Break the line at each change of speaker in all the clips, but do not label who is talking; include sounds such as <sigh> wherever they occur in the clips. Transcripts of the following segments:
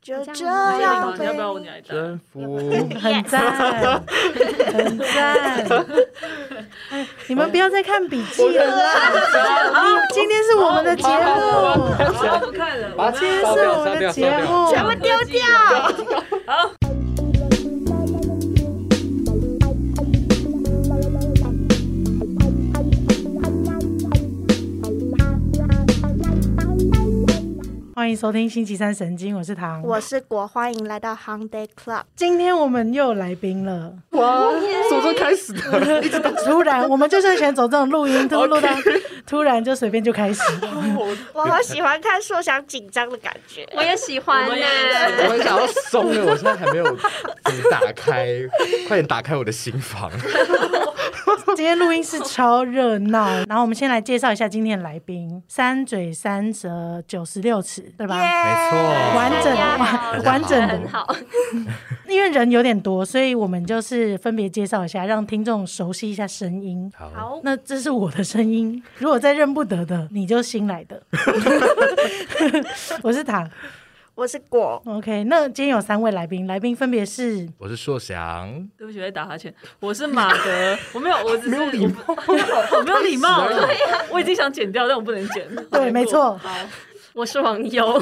就
这
这
样
你要
样
不要你要不要我
被
你来打？
征服，
<laughs> 很赞，很
<laughs>
赞。哎你们不要再看笔记了啦！今天是我们的节目，
好，不看了，我
把
们
今天
烧
是
掉
我们
烧
的
掉
节
烧掉
目，
全部丢掉。
欢迎收听星期三神经，我是唐。
我是国，欢迎来到 Hung Day Club。
今天我们又有来宾了，
哇，什么时候开始的？一直到
突
<laughs>
然啊我们就是很喜欢走这种录音，突录到突然就随便就开始了。
我
<laughs> 我好喜欢看硕翔紧张的感觉，
我也喜欢啊
我
呢、
也喜
我很想要松了，我现在还没有怎么打开， <laughs> 快点打开我的心房。
今天录
<laughs>
音室超热闹，然后我们先来介绍一下今天的来宾：三嘴三舌九十六尺，对吧
耶
没错
完整
大家好
完完整
很
的，
好，
因为人有点多，所以我们就是分别介绍一下，让听众熟悉一下声音。
好，
那这是我的声音，如果再认不得的，你就新来的。 <laughs> 我是唐
我是果，
，OK。那今天有三位来宾，来宾分别是
我是硕翔，
对不起，我在打哈欠。我是马德，我没有，我只是没有礼貌，我没有礼貌。我已经想剪掉，但我不能剪。好难
对，
过
没。错，
我是网友，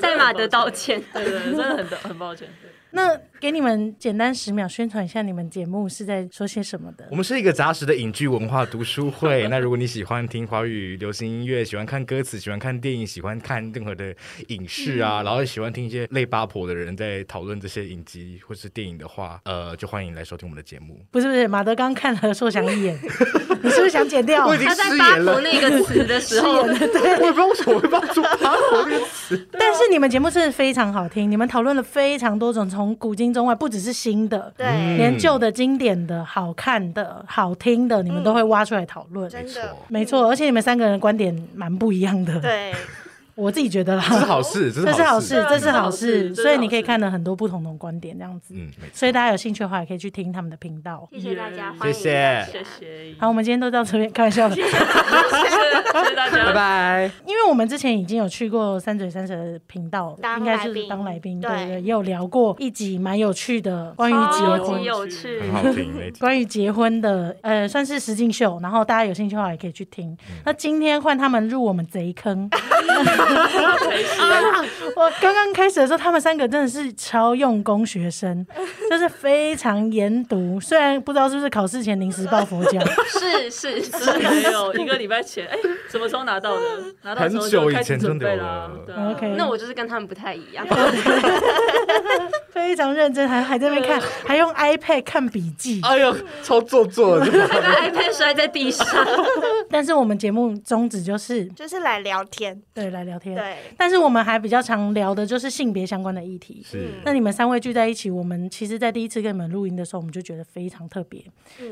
在马德道歉。
对对，对真的很很抱歉。对
那给你们简单十秒宣传一下你们节目是在说些什么的
我。们是一个杂食的影剧文化读书会。那如果你喜欢听华语流行音乐，喜欢看歌词，喜欢看电影，喜欢看任何的影视啊，然后喜欢听一些类八婆的人在讨论这些影集或是电影的话，呃，就欢迎来收听我们的节目。
不是不是，马德刚看了说想一眼，你是不是想剪掉
我？已经
他在
失
发
言
布
了，
那个词的时候，
我也不知道为什么会爆出八婆这个词。
但是你们节目真的非常好听，你们讨论了非常多种，从古今中外，不只是新的，
对，
连旧的、经典的、好看的、好听的，你们都会挖出来讨论。
真
没
的
错，
没错，而且你们三个人的观点蛮不一样的，
对，
我自己觉得啦，
这是好事，这
这是
是
好
好
事，
对啊
这
这
是
是
好
好事
事，
这是
所以你
好
可以
事
看了很多不同的观点这样子。
嗯，没错。
所以大家有兴趣的话，也可以去听他们的频道。
谢谢大家，
Yeah
欢迎
谢谢
大家
谢谢，
好，我们今天都到这边，开玩笑的，
谢谢大家，
拜。拜。
因为我们之前已经有去过三嘴三舌的频道，
当
应该
来
是
宾
当来宾，
对
对对，也有聊过一集蛮有趣的关于结
超
婚
级。有趣
很。好听那集。
关于结婚的，呃，算是实境秀，然后大家有兴趣的话也可以去听。那今天换他们入我们贼
<laughs>
坑， <laughs> 我刚刚开始的时候，他们三个真的是超用功
<laughs>
学生，就是非常研读。虽然不知道是不是考试前临时抱佛
<laughs>
脚，
是是
真的
是。
没有一个礼拜前，哎，什么时候拿到的？拿到之后
很久
就
以
开始
前
准
真的
备
有
啦
了。
对啊
OK
那我就是跟他们不太一
<laughs>
样，
非常认真，还还在那边看，还用 iPad 看笔记。
哎呦，超做作的，
还把 iPad 摔在地上。
但是我们节目宗旨就是
就是来聊天，
对来聊天，
对，
但是我们还比较常聊的就是性别相关的议题。
是
那你们三位聚在一起，我们其实，在第一次跟你们录音的时候，我们就觉得非常特别。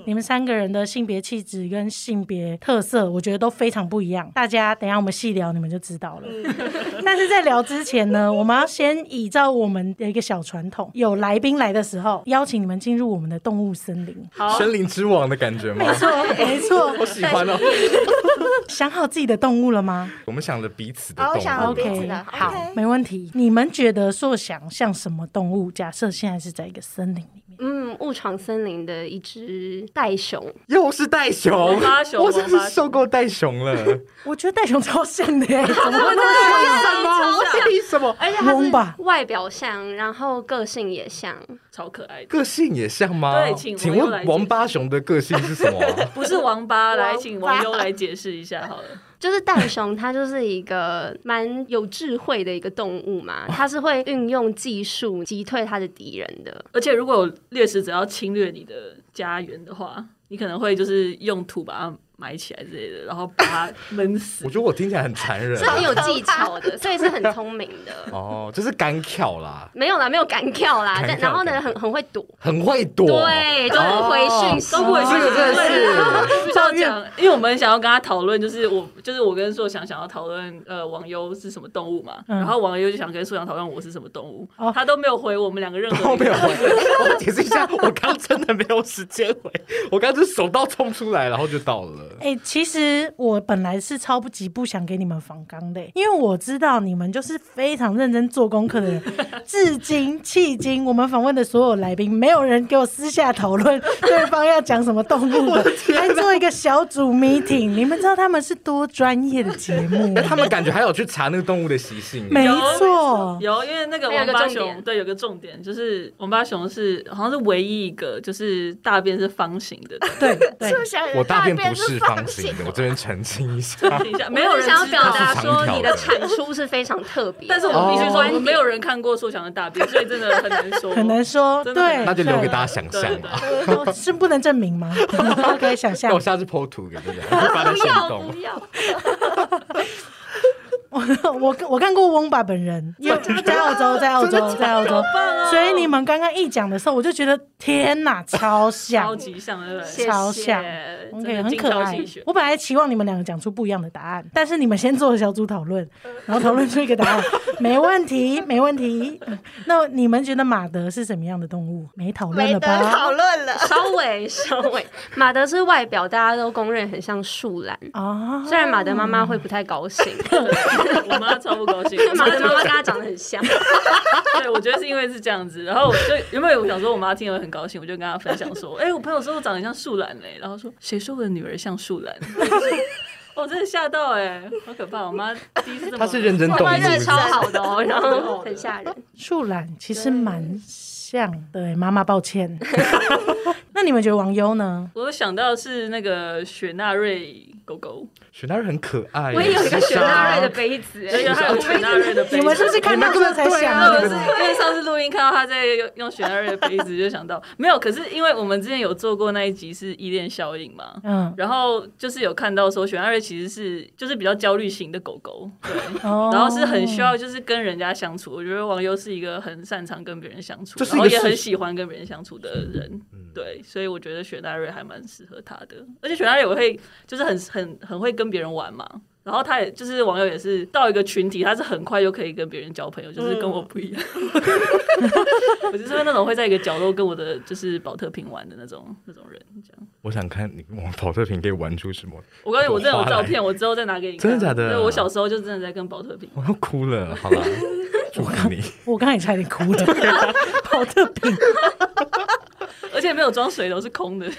你们三个人的性别气质跟性别特色，我觉得都非常不一样。大家等一下我们细聊，你们就知道了。 <laughs> 但是在聊之前呢，我们要先依照我们的一个小传统，有来宾来的时候，邀请你们进入我们的动物森林。
好，
森林之王的感觉吗？
没错，
我喜欢哦。
想好自己的动物了吗？
我们想了彼此的
好，我
动
想
物
彼此
OK
的，
好
OK
没问题。你们觉得硕想像什么动物？假设现在是在一个森林里面，
嗯，误闯森林的一只袋熊，
又是袋熊
王八，熊
我真是
王八熊
受够袋
<laughs>
熊了。
我觉得袋熊超像的欸耶，怎么会
什么？为什么？
哎
而且它
嗡吧
是外表像，然后个性也像，
超可爱的。
个性也像吗？
对请
请
我们来
问王八熊的个性是
<laughs>
什么啊？
不是王八，来
王
请
八
网友来解释一下好了。
就是袋熊，它就是一个蛮有智慧的一个动物
<laughs>
嘛，它是会运用技术击退它的敌人的。
<laughs> 而且如果有猎食者要侵略你的家园的话，你可能会就是用土把它埋起来之类的，然后把它闷死
<laughs> 我。觉得我听起来很残忍啊
啊
是。
啊
很有技巧
<laughs>
的，所以是很聪明的。
哦，就是干跳啦，
没有啦，没有敢跳
<laughs>
啦，
敢
但
跳
然后呢，
敢
很很会躲，
很会躲。哦
对，都不回
哦
讯息，啊
都不会去
这个真的是
对必须要讲，因为我们想要跟他讨论，就是我就是我跟硕翔想要讨论呃网优是什么动物嘛，
嗯
然后网优就想跟硕翔讨论我是什么动物，
哦
他都没有回我们两个任何
都
一个
没有回。我解释一下，我刚真的没有时间回，我刚是手到冲出来，然后就到了。了。
哎、其实我本来是超级不想给你们仿纲的，欸因为我知道你们就是非常认真做功课的人。至今迄今，我们访问的所有来宾，没有人给我私下讨论对方要讲什么动物的，还做一个小组 meeting。你们知道他们是多专业的节目？
他们感觉还 <laughs> 有去查那个动物的习性，
没
有
错，
有，因为那个
还有
王
个
八
重
熊，
点
对，有个重点就是王八熊是好像是唯一一个就是大便是方形的。 <laughs>
对
<laughs>
对
是不。是想
我大便
便
不是方形
形
的，我这边澄清一下。
<laughs> 等一下，没有人
想要
知
表
道
达
是
啊说
长条
你的
的
产出是非常特
<laughs>
别的，
但是我必须说，
哦
我们没有人看过硕翔的大便，所以真的很难说。
很难说，
真的很
对，
难
那就留给
家
大家想
对
象
对对
吧。
呃是不能证明吗？可以想象
那我。下次剖图给大家， <laughs> 发在线动。
要，
我我看过翁爸本人，因为在澳洲，在澳洲，在澳洲，所以你们刚刚一讲的时候，我就觉得天哪，超
超
像，
级像，对不对？
谢
超
谢
像
对
OK，
真的
很
精
可
挑
爱
细选。
我本来期望你们两个讲出不一样的答案，但是你们先做小组讨论，然后讨论出一个答案， <laughs> 没问题，没问题。那你们觉得马德是什么样的动物？没讨论
没
了
得讨
吧？
论了。
稍微稍
<laughs>
微，马德是外表大家都公认很像树懒，
哦
啊，
虽然马德妈妈会不太高
<laughs>
兴，，
我妈超不高兴
<laughs> 马德妈妈跟他长得很像，
<laughs> 对，我觉得是因为是这样子，然后我就原本我想说我妈听了会很高兴，我就跟她分享说，哎、我朋友说我长得像树懒嘞，然后说谁说我的女儿像树懒？ <laughs> 我就说哦，真的吓到哎、好可怕！我妈第一次这么，
他是认真动
妈妈真的
物，
超好的哦，然后很吓人。
<laughs>
树懒其实蛮像，对，妈妈抱歉。 <laughs> 那你们觉得王优呢？
我想到是那个雪纳瑞狗狗，
雪纳瑞很可爱。
我也有一个
是
雪纳瑞的
啊，
杯子，欸
所以还有雪纳瑞的杯子。
你们是不是看到这才想
那我
的
是？因为上次录音看到他在用用雪纳瑞的杯子，就想到没有。可是因为我们之前有做过那一集是依恋效应嘛，
嗯，
然后就是有看到说，雪纳瑞其实是就是比较焦虑型的狗狗，对，
哦
然后是很需要就是跟人家相处。我觉得王优是一个很擅长跟别人相处，
这是
然
一
后
个
也
事嗯
很喜欢跟别人相处的人，对，所以我觉得雪纳瑞还蛮适合他的。而且雪纳瑞也会就是很很很会跟别人玩嘛。然后他也就是网友，也是到一个群体，他是很快就可以跟别人交朋友，就是
嗯
跟我不一样。 <laughs> 我就是那种会在一个角落跟我的就是保特瓶玩的那种那种人，这样。
我想看你往保特瓶可以玩出什么，
我告诉你，我真的有照片，我之后再拿给你看。
真的假的
对，我小时候就真的在跟保特瓶。
我要哭了。
<laughs>
好了，祝福你。
我刚才也差点哭 <laughs> 了，保特瓶。
而且没有装水的，是空
<laughs>
的。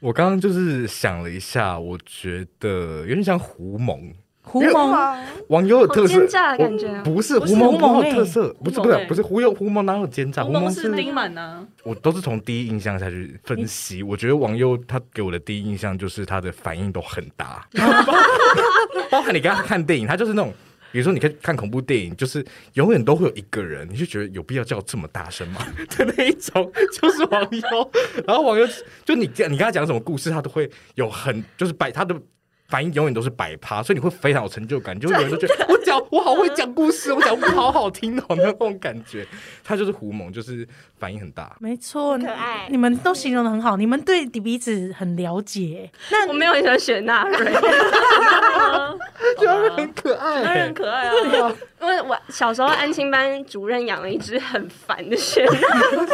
我刚刚就是想了一下，我觉得有点像狐獴。
狐獴，
网友的特色
好奸诈的感觉啊
我不是
不是
狐獴，
狐獴
网
欸
友特色不是
狐獴
不是
欸
不是狐獴，狐獴哪有奸诈？
狐
狐
獴
獴
是
是
丁满呐、
我都是从第一印象下去分析。我觉得网友他给我的第一印象就是他的反应都很 <laughs> 大，包含你跟他看电影，他就是那种。比如说，你看看恐怖电影，就是永远都会有一个人，你就觉得有必要叫这么大声 <laughs> 吗？的那一种，就是网友。然后网友就你你跟他讲什么故事，他都会有很就是百他的反应永远都是百趴，所以你会非常有成就感，你就会有人就觉 <laughs> 得我讲我好会讲故事，我讲故事好好听哦那种感觉。他就是胡蒙，就是反应很大。
没错，
可爱
你们都形容的很好，你们对彼此很了解。
我没有很喜欢雪纳瑞，
啊，
觉得很可
当然
爱
很。可爱啊。
<laughs> 因为我小时候安亲班主任养了一只很烦的雪纳瑞，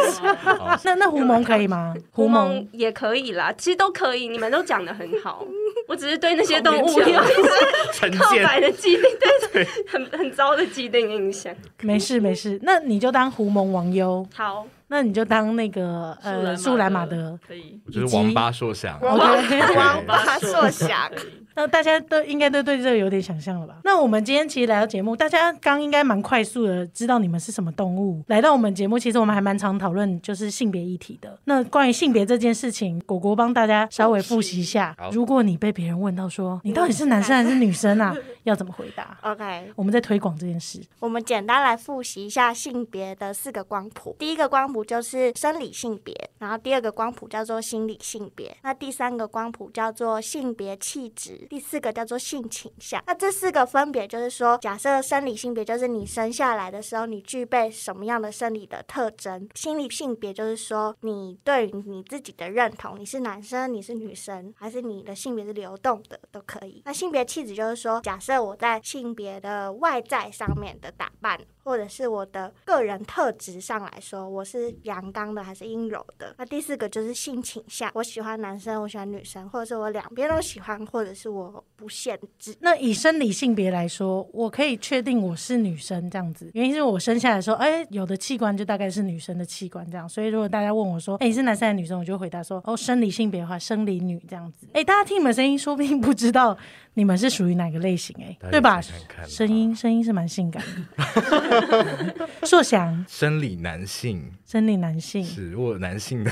那那狐獴可以吗？狐獴
獴也可以啦，其实都可以，你们都讲的很
<laughs>
好，我只是对那些动物
好
有
勉强
一些
成
刻
见，
板 <laughs> 的既定，对，很很糟的既定印象。
没事没事，那你就当狐獴王优，
好，
那你就当那个呃
树
树
懒
懒
马
马
德
德。
可以，
就是王八说想。
OK，
王八
八
硕
硕
翔，
<laughs> 那大家都应该都对这个有点想象了吧？那我们今天其实来到节目，大家刚应该蛮快速的知道你们是什么动物。来到我们节目，其实我们还蛮常讨论就是性别议题的。那关于性别这件事情，果果帮大家稍微复习一下
好。
如果你被别人问到说你到底是男生还是女生啊，要怎么回答？
OK，
我们在推广这件事。
我们简单来复习一下性别的四个光谱。第一个光谱就是生理性别，然后第二个光谱叫做心理性别，那第三个光谱叫做性别气质，第四个叫做性倾向。那这四个分别就是说，假设生理性别就是你生下来的时候你具备什么样的生理的特征，心理性别就是说你对于你自己的认同，你是男生，你是女生，还是你的性别是流动的都可以。那性别气质就是说，假设我在性别的外在上面的打扮，或者是我的个人特质上来说，我是是阳刚的还是阴柔的。那第四个就是性倾向，我喜欢男生，我喜欢女生，或者是我两边都喜欢，或者是我不限制。
那以生理性别来说，我可以确定我是女生这样子，原因是我生下来的时候，哎、有的器官就大概是女生的器官这样，所以如果大家问我说，哎、你是男生还是女生，我就回答说，哦，生理性别的话，生理女这样子。哎、大家听你们声音，说不定不知道你们是属于哪个类型、
大
哎，
家
对吧
想想看吧？
声音声音是蛮性感的。 <laughs> 硕翔，
生理男性
生理男性，
是我有男性的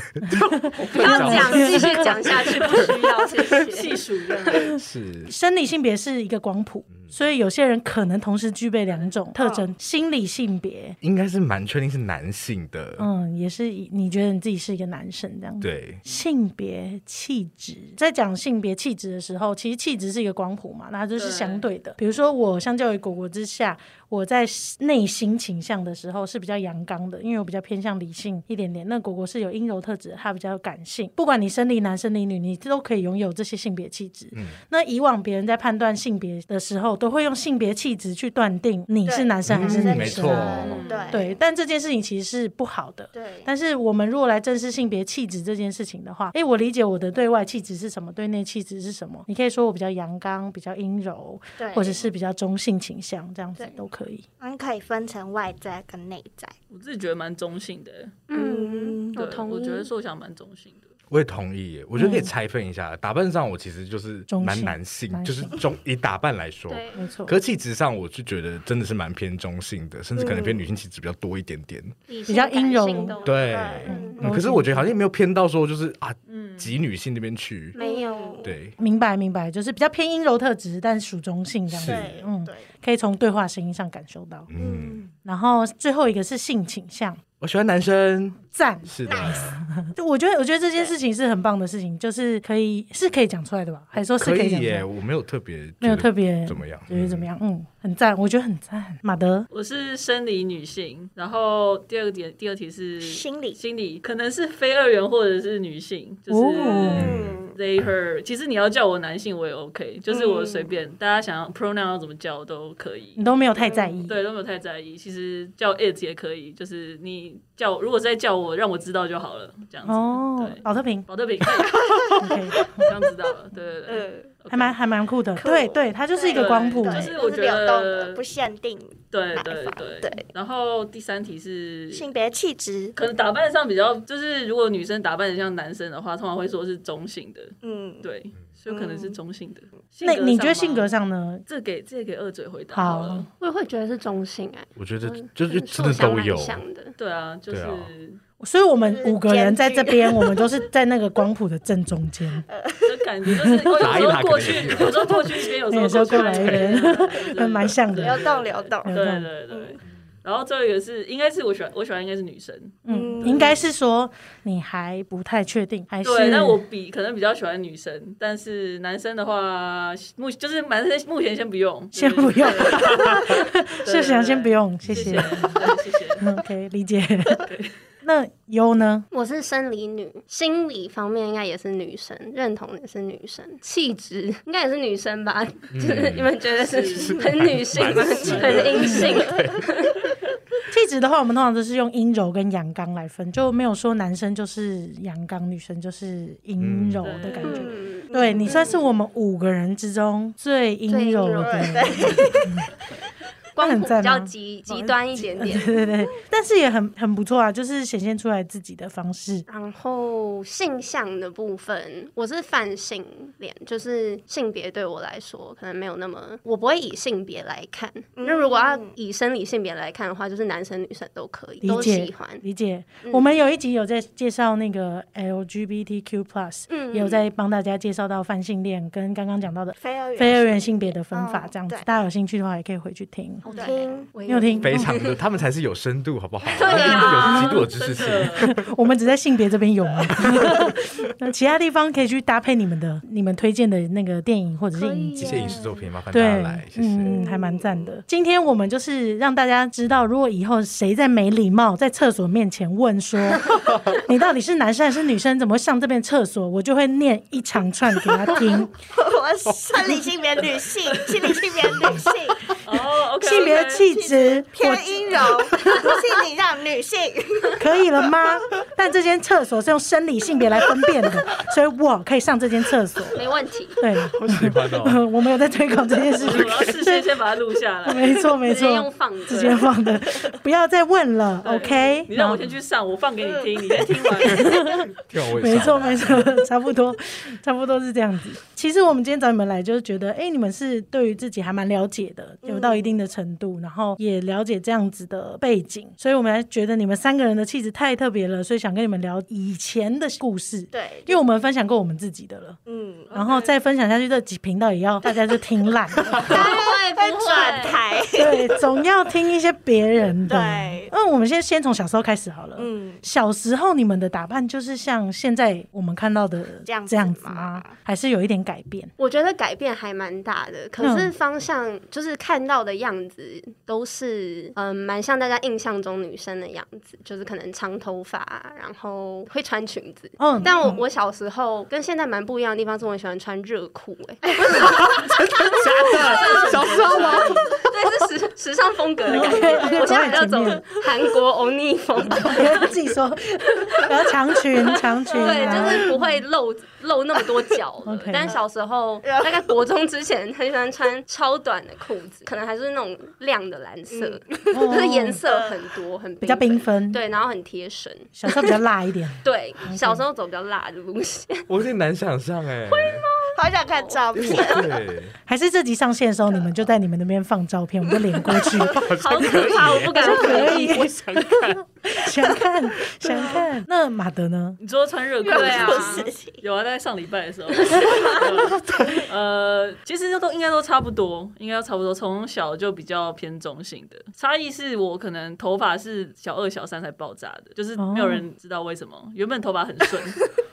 不要讲，继续讲下去，不需要，谢 <laughs> 谢。
细数这样。
是
生理性别是一个光谱，
嗯
所以有些人可能同时具备两种特征。心理性别，
应该是蛮确定是男性的，
嗯，也是以你觉得你自己是一个男生这样子。
对，
性别气质，在讲性别气质的时候，其实气质是一个光谱嘛，那它就是相对的。比如说，我相较于果果之下，我在内心倾向的时候是比较阳刚的，因为我比较偏向理性一点点。那果果是有阴柔特质的，他比较感性。不管你生理男、生理女，你都可以拥有这些性别气质。
嗯
那以往别人在判断性别的时候，都会用性别气质去断定你是男生还是
嗯
女
没
生。啊
错
对
对，但这件事情其实是不好的。
对
但是我们如果来正视性别气质这件事情的话，诶，我理解我的对外气质是什么，对内气质是什么。你可以说我比较阳刚，比较阴柔，
对，
或者是比较中性倾向，这样子
对
都可以。
嗯可以分成外在跟内在。
我自己觉得蛮中性的，
嗯，
对
我，同意。
我觉得硕翔蛮中性的。
我也同意耶，我觉得可以拆分一下，打扮上我其实就是
中性
蛮男性，
男
就
性
是中以打扮来说。
对，
没错，
可是气质上，我就觉得真的是蛮偏中性的，甚至可能偏女性气质比较多一点点。
比
较阴柔
对，
嗯
嗯可是我觉得好像也没有偏到说就是啊，极女性那边去。
没有，
对，
明白明白，就是比较偏阴柔特质，但属中性这样子
是。
对，
嗯
对，
可以从对话声音上感受到。
嗯，
然后最后一个是性倾向，
我喜欢男生，
赞。
是的，
就我觉得，我觉得这件事情是很棒的事情，就是可以是可以讲出来的吧？还是说是
可
以
以
讲出来
耶，？我没有特别
没有
觉得
特别
怎么样
觉得怎么样？嗯，很赞，我觉得很赞。马德，
我是生理女性，然后第二个点，第二题是
心理
心理可能是非二元或者是女性，就是
哦
嗯
they her。其实你要叫我男性我也 OK，就是我随便大家想要 pronoun 要怎么叫都可以
你。都没有太在意，
对，都没有太在意。其实叫 it 也可以，就是你叫，如果是在叫我，让我知道就好了，这样子。
哦，
对，
保特瓶
保特瓶，对
，OK，
这样知道了。对对对，
嗯，
还蛮还蛮酷的，对对，它就是一个
对
光谱，欸
对，
就是
都
我
是
觉
流动
得
的，不限定
对
买
对
房
对
对
然后第三题是
性别气质。
可能打扮上比较，就是如果女生打扮的像男生的话，通常会说是中性的，
嗯，
对，所以可能是中性的。性
那
格
你觉得
上吗
性格？上呢？
这给这给二嘴回答
好
了。
我也会觉得是中性哎，
我觉得
嗯
就就
跟
真
受
的
伤
都
蛮
有，
像的。
对啊，就是、
对啊
所以我们
就是
五个人在
间距
<laughs>
这边，我们都是在那个光谱的正中间，
就感觉
<laughs>
就是我有
打一
时
打
候过
可能也
去，
是
有时候过去一边，有时
哎有
候
时候
过去
过来一边
边，对
<laughs>
对
蛮像
对
的
流
对
哦
动流动，
流
对
动
对对。然后最后一个是，应该是我喜欢，我喜欢应该是女生。
嗯，
嗯
应该是说你还不太确定，还是
对，那我比可能比较喜欢女生，但是男生的话，目就是男生目前先不用，对
先不用，
对
设想先不用，谢
谢
<laughs>
谢，
谢
对谢谢。
，OK，
<laughs>
理解。那优呢？
我是生理女，心理方面应该也是女生，认同也是女生，气质应该也是女生吧？<laughs>
嗯
就是你们觉得是很女性吗？很阴性？
气质的话，我们通常都是用阴柔跟阳刚来分，就没有说男生就是阳刚，女生就是阴柔的感觉。
嗯，
对你算是我们五个人之中最阴柔
最
的，
光
很
谱
赞
比较
吗
极极端一点点。
对对对， <laughs> 但是也很很不错啊，就是显现出来自己的方式。
然后性向的部分，我是泛性恋，就是性别对我来说可能没有那么，我不会以性别来看。那、如果要以生理性别来看的话，就是男生女生都可以，
理
都
解
喜欢。
理解，
嗯
我们有一集有在介绍那个 LGBTQ plus，、
嗯
也有在帮大家介绍到泛性恋跟刚刚讲到的
非二元
啊
非二元性 <laughs> 别的分法，
嗯
哦
这样子、
对
大家有兴趣的话也可以回去听。
好
对
听，我
你有听？
非常
<laughs>
的，他们才是有深度，好不好？
啊
他 <laughs> 们有极度的知识性。 <laughs>
真的
我们只在性别这边有
<laughs>
吗？那其他地方可以去搭配你们的、你们推荐的那个电影或者是影
一
集。
些影视作品，麻烦大家
对
来，，谢谢。
嗯，还蛮赞的。今天我们就是让大家知道，如果以后谁在没礼貌，在厕所面前问说你到底是男生还是女生，怎么会上这边厕所，我就会念一长串给他听。 <laughs>
我生理性别女性，心理性别女性，
哦，OK，
性别气质
偏阴柔，性倾向女性，
可以了吗？但这间厕所是用生理性别来分辨的，所以我可以上这间厕所。
没问题。
对， <laughs>
好喜欢哦。
我们有在推广这件事
我要事先
情。
先把它录下来。
没错，没
直接用
错，
放的，
直接放的，不要再问了
对
，OK？
你让我先去上，我放给你
嗯
听，你先听完。 <laughs>
听完我也
没错，
上
没错， <laughs> 差不多，差不多是这样子。其实我们今天找你们来，就是觉得，哎、你们是对于自己还蛮了解的，有到一定的程度，然后也了解这样子的背景，所以我们还觉得你们三个人的气质太特别了，所以想跟你们聊以前的故事。
对，
因为我们分享过我们自己的了，
嗯，
然后再分享下去，这几频道也要大家就
<laughs>
听烂，
不会
会
不
转
会，
台，
对，总要听一些别人
<laughs>
的。嗯
对
那我们先先从小时候开始好了。
嗯，
小时候你们的打扮就是像现在我们看到的
这样子
这样子
吗
吗？还是有一点改变？
我觉得改变还蛮大的，可
嗯
是方向就是看到的样子都是嗯，蛮像大家印象中女生的样子，就是可能长头发，然后会穿裙子。
嗯，
但我我小时候跟现在蛮不一样的地方是，我很喜欢穿热裤、哎，
假的， <laughs> 小时候吗？
<laughs> 对，是时时尚风格的感觉。我现在比较走韩国欧尼风，
<laughs> <laughs> 我自己说，然后长裙，长裙，
对，
然后
就是不会露露那么多脚了
啊 OK。
但小时
<laughs>
候，大概国中之前，很喜欢穿超短的裤子，可能还是那种亮的蓝色，
嗯
<laughs> 就是颜色很多，很
哦比较缤
缤纷。
纷，，
对，然后很贴身。
小时候比较辣一点。
对，小时候走比较辣的路线，
我有点难想象哎。会
好想看照片，
吗？对，
还是这集上线的时候，你们就在你们那边放照片，我们就
<laughs>
连过去，
好可怕，我不敢
可以
回忆。
想看，想看。那马德呢？
你说穿热裤
对啊
是有啊，在上礼拜的
<laughs>
时候，对呃，其实都应该都差不多，应该都差不多。从小就比较偏中性的，差异是我可能头发是小二、小三才爆炸的，就是没有人知道为
<laughs>
什么。原本头发很顺，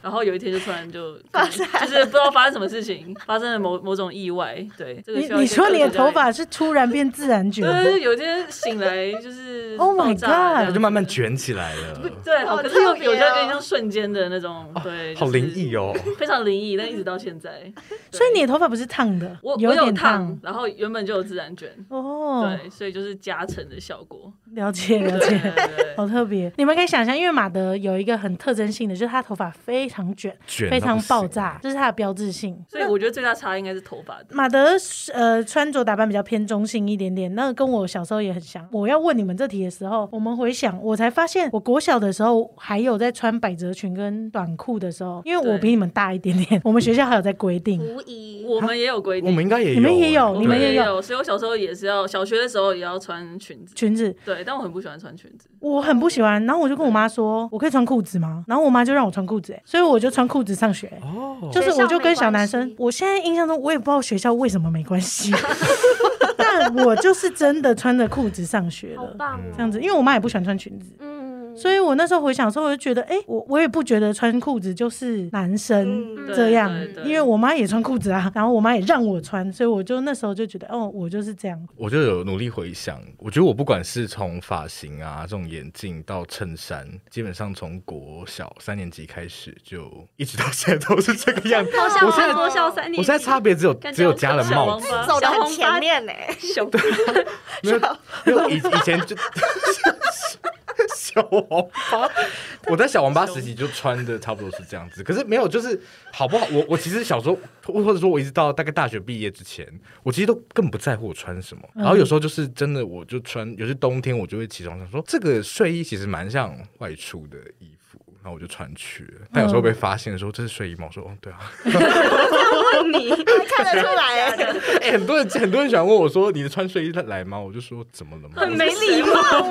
然后有一天就突然就就是不知道发生什么事情，发生了某某种意外。对，这个
你
需要
你
一些
说你的
科学家来
头发是突然变自然卷，
对，就有一天醒来就是
Oh my
爆炸了这
它
God 我
样
就慢慢卷起来了，
对，好，
好
可是有
特别
有些有点
哦
像瞬间的那种，对，
好灵异
哦，
哦。
非常灵异，但一直到现在。
所以你的头发不是烫的，
我我
有
有
点
烫，然后原本就有自然卷，
哦。
对，所以就是加成的效果。
了解了
对
解。
对对
好特别，你们可以想象，因为马德有一个很特征性的，就是他头发非常卷，
卷
非
到
常
不行
爆炸，这是他的标志性。
所以我觉得最大差应该是头发的。
马德呃穿着打扮比较偏中性一点点，那跟我小时候也很像。我要问你们这题的时候，我们回想，我才发现我国小的时候还有在穿百褶裙跟短裤的时候，因为我
对
比你们大一点点，
嗯
我们学校还有在规定。
无疑，
我们也有规
我们
定，
应该也有，哎
你们也有
对
你们也有
有，所以我小时候也是要，小学的时候也要穿裙子。
裙子
对，但我很不喜欢穿裙子。
我很不喜欢，然后我就跟我妈说，我可以穿裤子吗？然后我妈就让我穿裤子、欸，所以我就穿裤子上学、
哦。
就是我就跟小男
学校
生
没，
我现在印象中我也不知道学校为什么没
<laughs>
关系，但我就是真的穿着裤子上学
好
了，
棒哦！
这样子，因为我妈也不喜欢穿裙子，
嗯，
所以我那时候回想的时候，我就觉得，哎、我我也不觉得穿裤子就是男生。
嗯，
对
这样
对，对
因为我妈也穿裤子啊， <laughs> 然后我妈也让我穿，所以我就那时候就觉得，哦，我就是这样。
我就有努力回想，我觉得我不管是从发型啊，这种眼镜到衬衫，基本上从国小三年级开始就一直到现在都是这个样子。
好像
我现在
国小三年级，
我现在差别只有
感觉
只有加了
小
帽
王
子，
八
走的
小
很
红
前
花
面欸呢，
小
没有没有以以前就 <laughs> 小王八，我在小王八时期就穿的差不多是这样子，可是没有就是好不好？我我其实小时候，或或者说我一直到大概大学毕业之前，我其实都根本不在乎我穿什么。
嗯
然后有时候就是真的，我就穿，有些冬天我就会起床想说，这个睡衣其实蛮像外出的衣服。然后我就穿去了，但有时候被发现说这是睡衣吗？我说哦，对啊， <laughs>
问你，
看得出来欸，
哎、很多人很多人想问我说你的穿睡衣来吗？我就说怎么 <laughs> 了吗？
很没礼貌。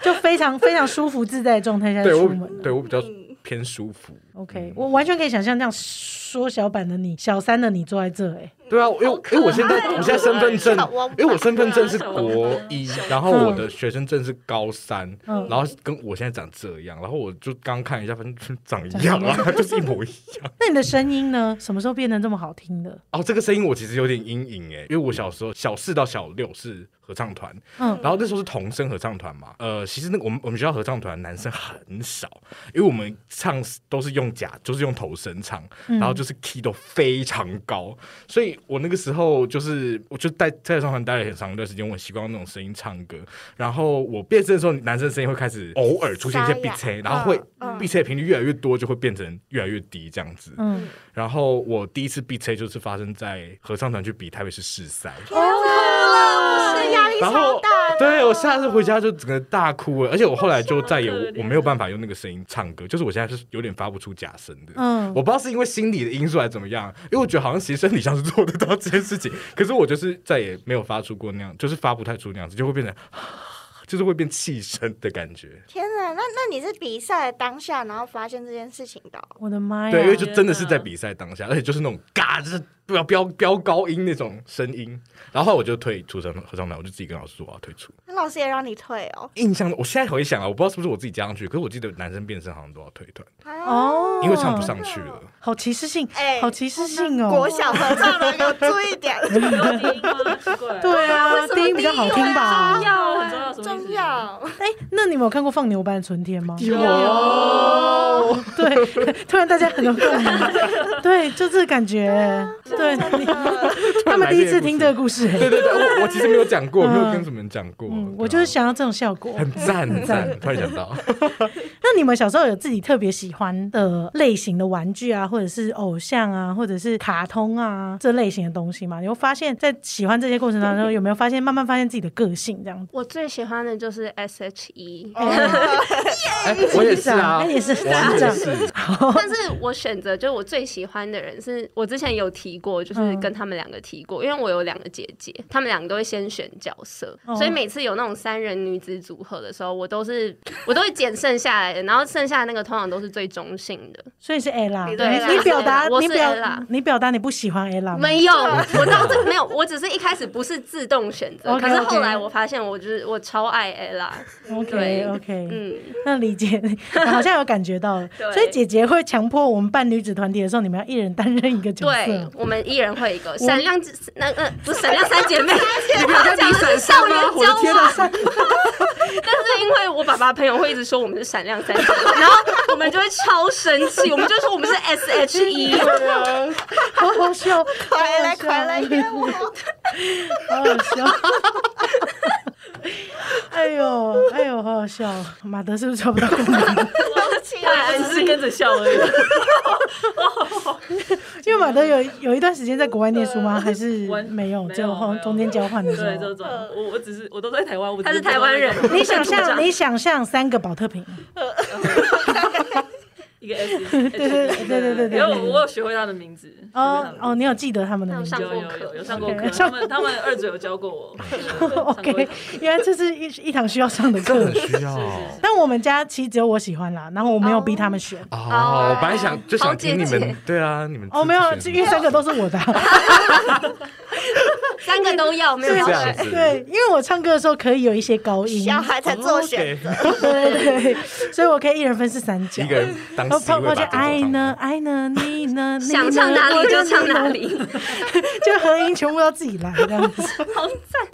就非常非常舒服自在的状态下
对
出
我
门。
对我比较偏舒服。
OK，我完全可以想象这样缩小版的你，小三的你坐在这、哎，
对啊，因为因为我现在我现在身份证
小王八，
因为我身份证是
小王八
国一，然后我的学生证是高三，
嗯
然后跟我现在长这样，然后我就刚看一下，发现就是长一样啊， <laughs> 就是一模一样。
那你的声音呢？什么时候变得这么好听的？
欸哦，这个声音我其实有点阴影哎，因为我小时候小四到小六是合唱团，
嗯
然后那时候是童声合唱团嘛，呃，其实那个我们我们学校合唱团男生很少，因为我们唱都是用假，就是用头声唱，
嗯
然后就是 key 都非常高，所以我那个时候就是我就在在合唱团待了很长一段时间，我很习惯用那种声音唱歌，然后我变声的时候，男生声音会开始偶尔出现一些
沙
b
哑
C，然后会
嗯
b C 的频率越来越多，就会变成越来越低这样子，
嗯，
然后我第一次 B C 就是发生在合唱团去比台北市市赛，
哦
是压力
然
超
后
大的。
对我下次回家就整个大哭了，而且我后来就再也
好可怜
我没有办法用那个声音唱歌，就是我现在是有点发不出假声的。
嗯
我不知道是因为心理的因素还是怎么样，因为我觉得好像其实身体上是做得到这件事情，可是我就是再也没有发出过那样，就是发不太出那样子，就会变成就是会变气声的感觉。
天哪，那那你是比赛当下，然后发现这件事情的哦、
我的妈呀！
对，因为就真的是
哎天哪
在比赛当下，而且就是那种嘎，就是飙飙飙高音那种声音。然后后来我就退出合唱合唱团，我就自己跟老师说我要退出。
那老师也让你退哦。
印象我现在回想啊，我不知道是不是我自己加上去，可是我记得男生变声好像都要退团，
啊
哦，
哦，
因为唱不，上去了。
好歧视性，
哎
好歧视性
国
哦。
小合唱团要注意
<laughs>
点，
有低音吗？奇怪，
对啊，
什么
低音比较好听吧
低音？
要很重要，什么意思
重？
啊
要。
哎，那你们有看过《放牛班的春天》
<laughs>
吗？
有，
对，突然大家很有共鸣，对，就这个感觉，对，
啊
<laughs>
他们第一次听这个故事，
对对对，我我其实没有讲过，
嗯
没有跟什么人讲过。对嗯
嗯
啊，
我就是想要这种效果。
很赞很赞，突然想到，
那你们小时候有自己特别喜欢的类型的玩具啊，或者是偶像啊，或者是卡通啊这类型的东西吗？你会发现，在喜欢这些过程当中，有没有发现慢慢发现自己的个性这样子？
我最喜欢的就是 S H E，
哦
哎， <laughs> 我也是啊，
哎也 <laughs> 是
我也
是
是，
但是我选择就是我最喜欢的人是我之前有提过，就是
嗯
跟他们两个提过，因为我有两个姐姐，她们两个都会先选角色，
哦
所以每次有那种三人女子组合的时候，我都是我都会捡剩下来的，然后剩下的那个通常都是最中性的。
所以是 ella，
你
对
你你表达
我
你
是
表
Ella
你表达你不喜欢
嗯
ella
<laughs>
吗？
没有，我当时没有，我只是一开始不是自动选择，
OK，
可是
OK
后来我发现，我就是我超爱 ella，
OK
对
OK，
嗯，
那理解， <laughs> 好像有感觉到了。
对
所以姐姐会强迫我们办女子团体的时候，你们要一人担任一个角
对
色。，
我们一人会一个闪亮之，那那不是闪亮三姐妹，你不要再提闪少年
我的天
啊！但是因为我爸爸朋友会一直说我们是闪亮三姐妹， <laughs> 然后我们就会超生气，我们就说我们是 S H E，
好好笑，
快来
好好笑
快来约我！
好好笑。 <laughs> 哎呦，哎呦，好好笑！马德是不是找不到工作？
对，只是跟着笑而已。
<laughs> 因为马德有有一段时间在国外念书吗？还是
完
没有？
没有
就好
没
像
有
中间交换的时
对，这。
候
种我我只是我都在台湾，我只
他是台湾人
不知道
你想象，你想象三个保特瓶，
一个 S，对
对对对对对对
因为我我有学会他的名字。
哦哦，你
有
有记得他们的名字
上
有
过
有
课
有有上过
OK
课，他们他们二组有教过我。
？OK，原来这是一一堂需要上的课
很。需要
但我们家其实只有我喜欢啦，然后我没有逼他们选。
哦，我本来想就想听你
好姐
们
姐，
对啊，你们
哦，没有，因为三个都是我的啊。
三个都要，没有
是这
办
样
法。
子，
对，因为我唱歌的时候可以有一些高音，
小孩才做选，
择，
<laughs> 对对对，所以我可以一人分饰三角
一。个人当
然后
机
泡
会把
泡就
这
爱
首
呢
唱
爱呢你呢，你
想
呢
唱哪里就唱哪，
我
里，
就合音全部都自己来这样子。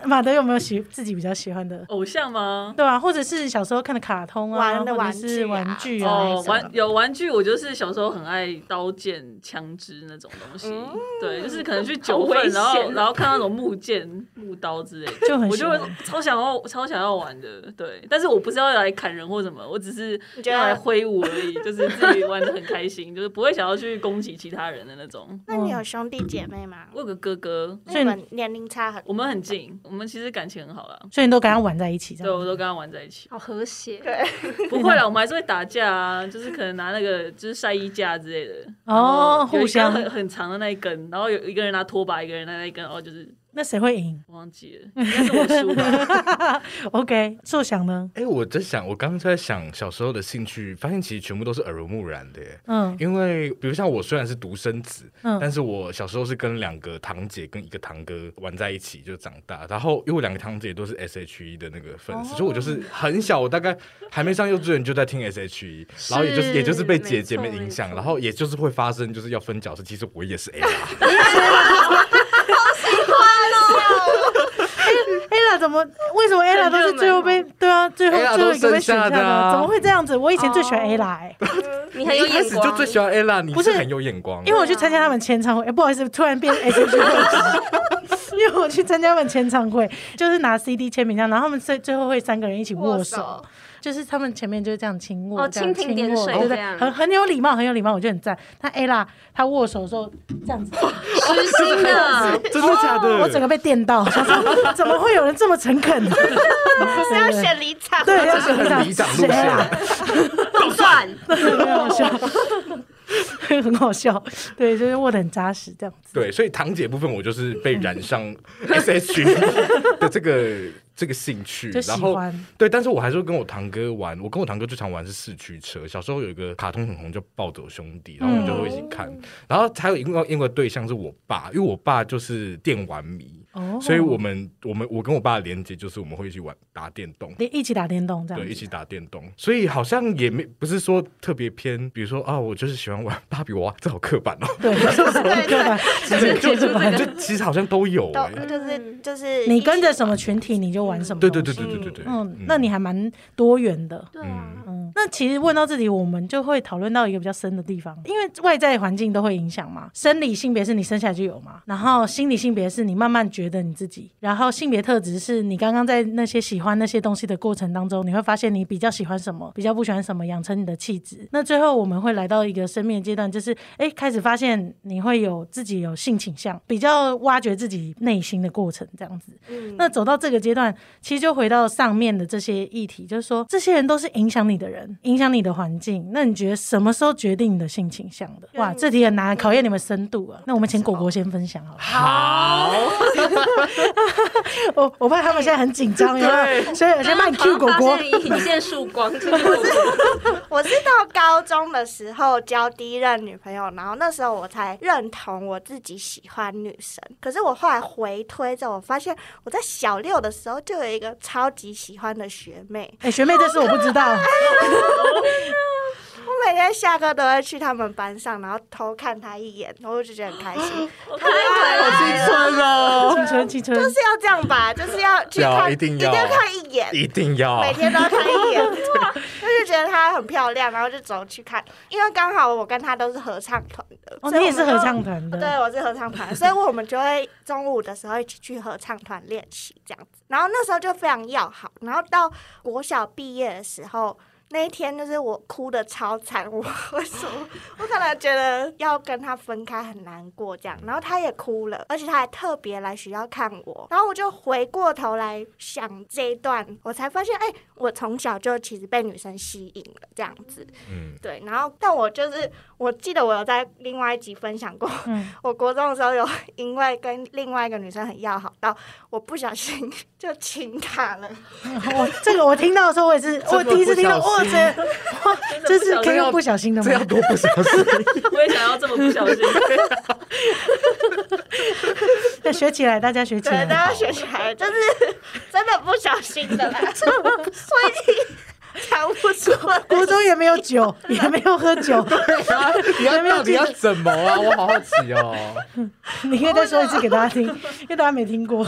马德有没有喜自己比较喜欢的？
偶像吗？
对吧、啊或者是小时候看的卡通啊，
玩的
或者是
玩具啊
玩具啊，
哦，玩有玩具，我就是小时候很爱刀剑、枪支那种东西。对，就是可能去酒
好
会，
危
然后
险
然后看那种木剑、木刀之类的，
就很
我
喜
就
欢
会超想要、超想要玩的，对。但是我不是要来砍人或什么，我只是
觉得
要来挥舞而已，就是自己玩的很开心， <laughs> 就是不会想要去攻击其他人的那种。
那你有兄弟姐妹吗？
我有个哥哥，
那你们年龄差很，
我们很近，我们其实感情很好啦。
所以你都跟他玩在一起，这
对，
样
我都跟他玩在一起。
好和谐。
<laughs> 不会啦，我们还是会打架啊，就是可能拿那个 <laughs> 就是晒衣架之类的。
哦，
有一
互
根
相
很很长的那一根，然后有一个人拿拖把，一个人拿那一根，然后就是
那谁会赢
我忘记了，应该是我输吧。
<laughs>
？OK，受想呢？
哎，我在想，我刚刚在想小时候的兴趣，发现其实全部都是耳濡目染的耶。
嗯
因为比如像我虽然是独生子，
嗯
但是我小时候是跟两个堂姐跟一个堂哥玩在一起就长大，然后因为我两个堂姐都是 S.H.E 的那个粉
哦
丝，所以我就是很小，我大概还没上幼稚园就在听 S.H.E，然后也就是也就是被姐姐们影响，
没错
然后也就是会发生就是要分角色，其实我也
<laughs>
是 A 啦，
哎，那怎么为什么 Ella 都是最后被对啊，最后
哦 Ella
最后一个
都
被
剩
选
下
下
的啊
的，怎么会这样子？我以前最喜
哦
欢 Ella 哎、
你很有
一开
眼
始
光，
就最喜欢 Ella，你
不是
是很有眼光，
因为我去参加他们签唱会，哎、不好意思，突然变 S H E，因为 <laughs> 我去参加他们签唱会，就是拿 CD 签名这样，然后他们最最后会三个人一起握手，
手
就是他们前面就是这样亲握，
哦
这样
蜻蜓
亲
点
握
水
对
这样
对，很很有礼貌，很有礼貌，我觉得很赞。他 Ella 他握手的时候这样子，
知心
<laughs>
的，
真的假的？
哦我整个被电到，想说 <laughs> 怎么会有人这么诚
<laughs>
恳？
是要选离场，
对，要
这
选
是很里长路
谁啊
线？
<laughs>
动算，
很好笑， <laughs> 很好笑，对，就是握得很扎实这样子。
对，所以堂姐部分我就是被燃上 S H E 的这个这个兴趣，
<laughs> 就
嗯
喜
然
欢
后对，但是我还是会跟我堂哥玩，我跟我堂哥最常玩是四驱车。小时候有一个卡通很红叫《暴走兄弟》，然后我们就会一起看。然后还有一个另外一个对象是我爸，因为我爸就是电玩迷，
哦
所以我们我们我跟我爸的连接就是我们会一起玩打电动。
一起打电动这样
对，
子，
一起打电动，所以好像也没不是说特别偏，比如说啊，我就是喜欢玩芭比娃娃，这好刻板哦。
<laughs> 对，
对对，
对，就就其实好像都有哎、
都就是就是
你跟着什么群体，你就玩什么。
对对对对对对对，
嗯，那你还蛮多元的。
对啊，
嗯，那其实问到这里，我们就会讨论到一个比较深的地方，因为外在环境都会影响嘛。生理性别是你生下来就有嘛，然后心理性别是你慢慢觉得你自己，然后性别特质是你刚刚在那些喜欢那些东西的过程当中，你会发现你比较喜欢什么，比较不喜欢什么，养成你的气质。那最后我们会来到一个生命的阶段，就是哎，开始发现你会有自己有性倾向，比较挖掘自己内心的过程，这样子。那走到这个阶段，其实就回到上面的这些议题，就是说，这些人都是影响你的人，影响你的环境。那你觉得什么时候决定你的性倾向的？哇，这题很难，考验你们深度啊。那我们请果果先分享好了， <laughs>
好，
我我怕他们现在很紧张，有没有？所以我先慢 Q 果果
发。现一线曙
<laughs>
光，这个我
我是到高中的时候交第一任女朋友，然后那时候我才认同我自己喜欢女生。可是我后来回推着，我发现我在小六的时候就有一个超级喜欢的学妹，
哎、学妹，这事我不知道。
我每天下课都会去他们班上，然后偷看她一眼，然后我就觉得很开
<laughs>
心。
好
啊
青春哦，
青春，青春。
就是要这样吧，就是要去
要
看，
<laughs> 一定要
看一眼。
一定要
每天都要看一
<laughs>
眼，就是觉得她很漂亮，然后就走去看，因为刚好我跟她都是合唱团的，
哦，
所以
你也是
我们
合
就
唱团
<laughs>
的。
对，我是合唱团，所以我们就会中午的时候一起去合唱团练习这样子。然后那时候就非常要好，然后到国小毕业的时候。那一天就是我哭的超惨，我为什么？我可能觉得要跟他分开很难过这样，然后他也哭了，而且他还特别来学校看我，然后我就回过头来想这一段，我才发现，哎、我从小就其实被女生吸引了这样子，
嗯，
对，然后但我就是我记得我有在另外一集分享过，
嗯
<laughs> 我国中的时候有因为跟另外一个女生很要好，到我不小心 <laughs> 就亲她了。
我哦这个我听到的时候，我也是，我第一次听到，
不小
哇
心
塞，哇，这是可以用
要
不小心的
这
吗
要？多不小心，
我也想要这么
<laughs>
不小心。
那学起来，大家学起
对，
来。
大家学起来，就是 <laughs> 真的不小心的啦， <laughs> 所以讲不出来。
<laughs> 国中也没有酒，也没有喝酒，
<laughs> 你要到底要怎么啊？我好好奇哦，
你可以再说一次给大家听，因为大家没听过。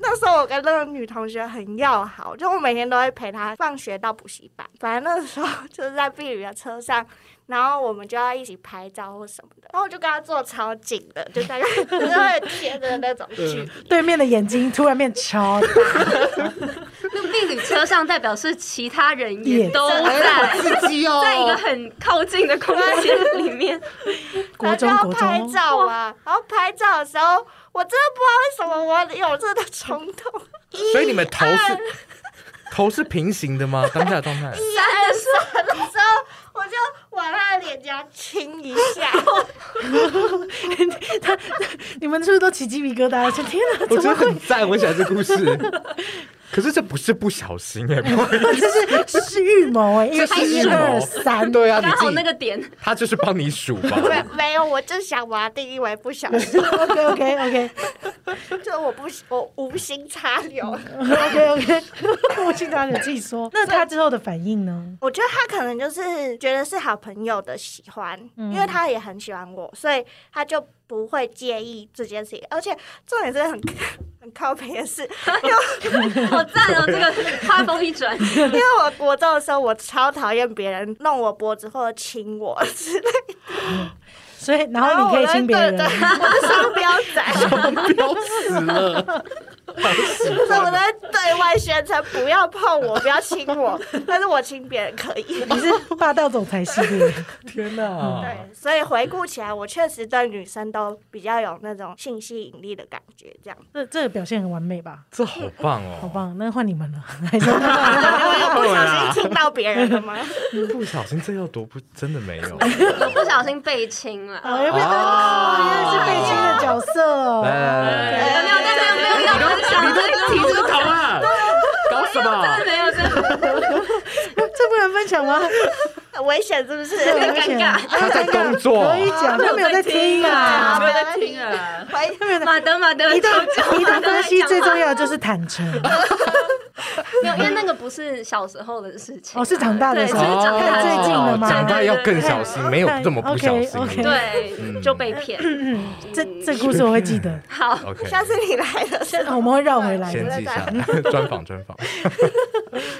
那时候我跟那个女同学很要好，就我每天都会陪她放学到补习班。反正那时候就是在避雨的车上，然后我们就要一起拍照或什么的。然后我就跟她坐超近的，就大概 <laughs> 就是会贴着那种距离。
对面的眼睛突然变超大，
那命理车上代表是其他人也都在，
刺激哦
在一个很靠近的空间里
<laughs>
面，
国中
然后
国
就要拍
中，
照啊，然后拍照的时候，我真的不知道为什么我有这个冲动，
<laughs> 所以你们头是 <laughs> 头是平行的吗？当下的状态，
闪的时候我就往他的脸颊亲一下，
你们是不是都起鸡皮疙瘩？就天哪，
<laughs> 我
怎
觉
么
得
会？
很赞，我喜欢这故事。 <laughs> 可是这不是不小心 <laughs> 哎，不好意
这是是预谋哎，因为
思这是
一
预
二
谋
三，
对啊，你
刚
自
好那
己
个
<laughs>
点，
他就是帮你数 <laughs> 吧，
没没有，我就想把它定义为不小心，
，OK OK OK
就我不我无心插柳。
OK OK，我经常有自己说。那他之后的反应呢？
我觉得他可
嗯
能就是觉得是好朋友的喜欢，因为他也很喜欢我，所以他就不会介意这件事情，而且重点是很 <laughs> 很靠北的是，因为
好赞哦！这个画风一
<laughs>
转，
因为我国中的时候，我超讨厌别人弄我脖子或者亲我之类的，
所以然后哦你可以亲别人
然，后哦我就对对我是双标仔。
<laughs>
飙死 <laughs> 了，好喜
就是我
欢
在对外宣称不要碰我，不要亲我，但是我亲别人可以。
你是霸道总裁系列。
天哪！
对，所以回顾起来，我确实对女生都比较有那种性吸引力的感觉。这样，
这这个表现很完美吧？
这好棒哦，
好！棒，那换你们了，还是哦
我有不小心听到别人的吗？
不小心这要多不真的 <laughs> 没有，
我不小心被亲了。
哦，原来是被亲的角色
来
哦。
来来来，
没有，但没有，没有，没有，我是想这个
你这个头啊，搞什么？
<laughs> 没有，真的
这不能分享吗？
很 <laughs> 危险是不是？
很
很尴尬。
他在工作
可以讲，他没有在听啊。
没有在听啊，
回
马德，马德，
一段
讲
一段
马德
关系
讲
最
话
重要的就是坦诚，
没有，因为那个不是小时候的事情啊。
哦，是长大的
对，
时
就
候
是
哦
长大
看最
的时
近
候。
了吗
长大要更小心，没有这么不小心。
OK，OK
对，就被骗。
这这故事我会记得。
好，
OK，
下次你来了，是
我们会绕回来
先
的。
记下来， <laughs> 专访专访。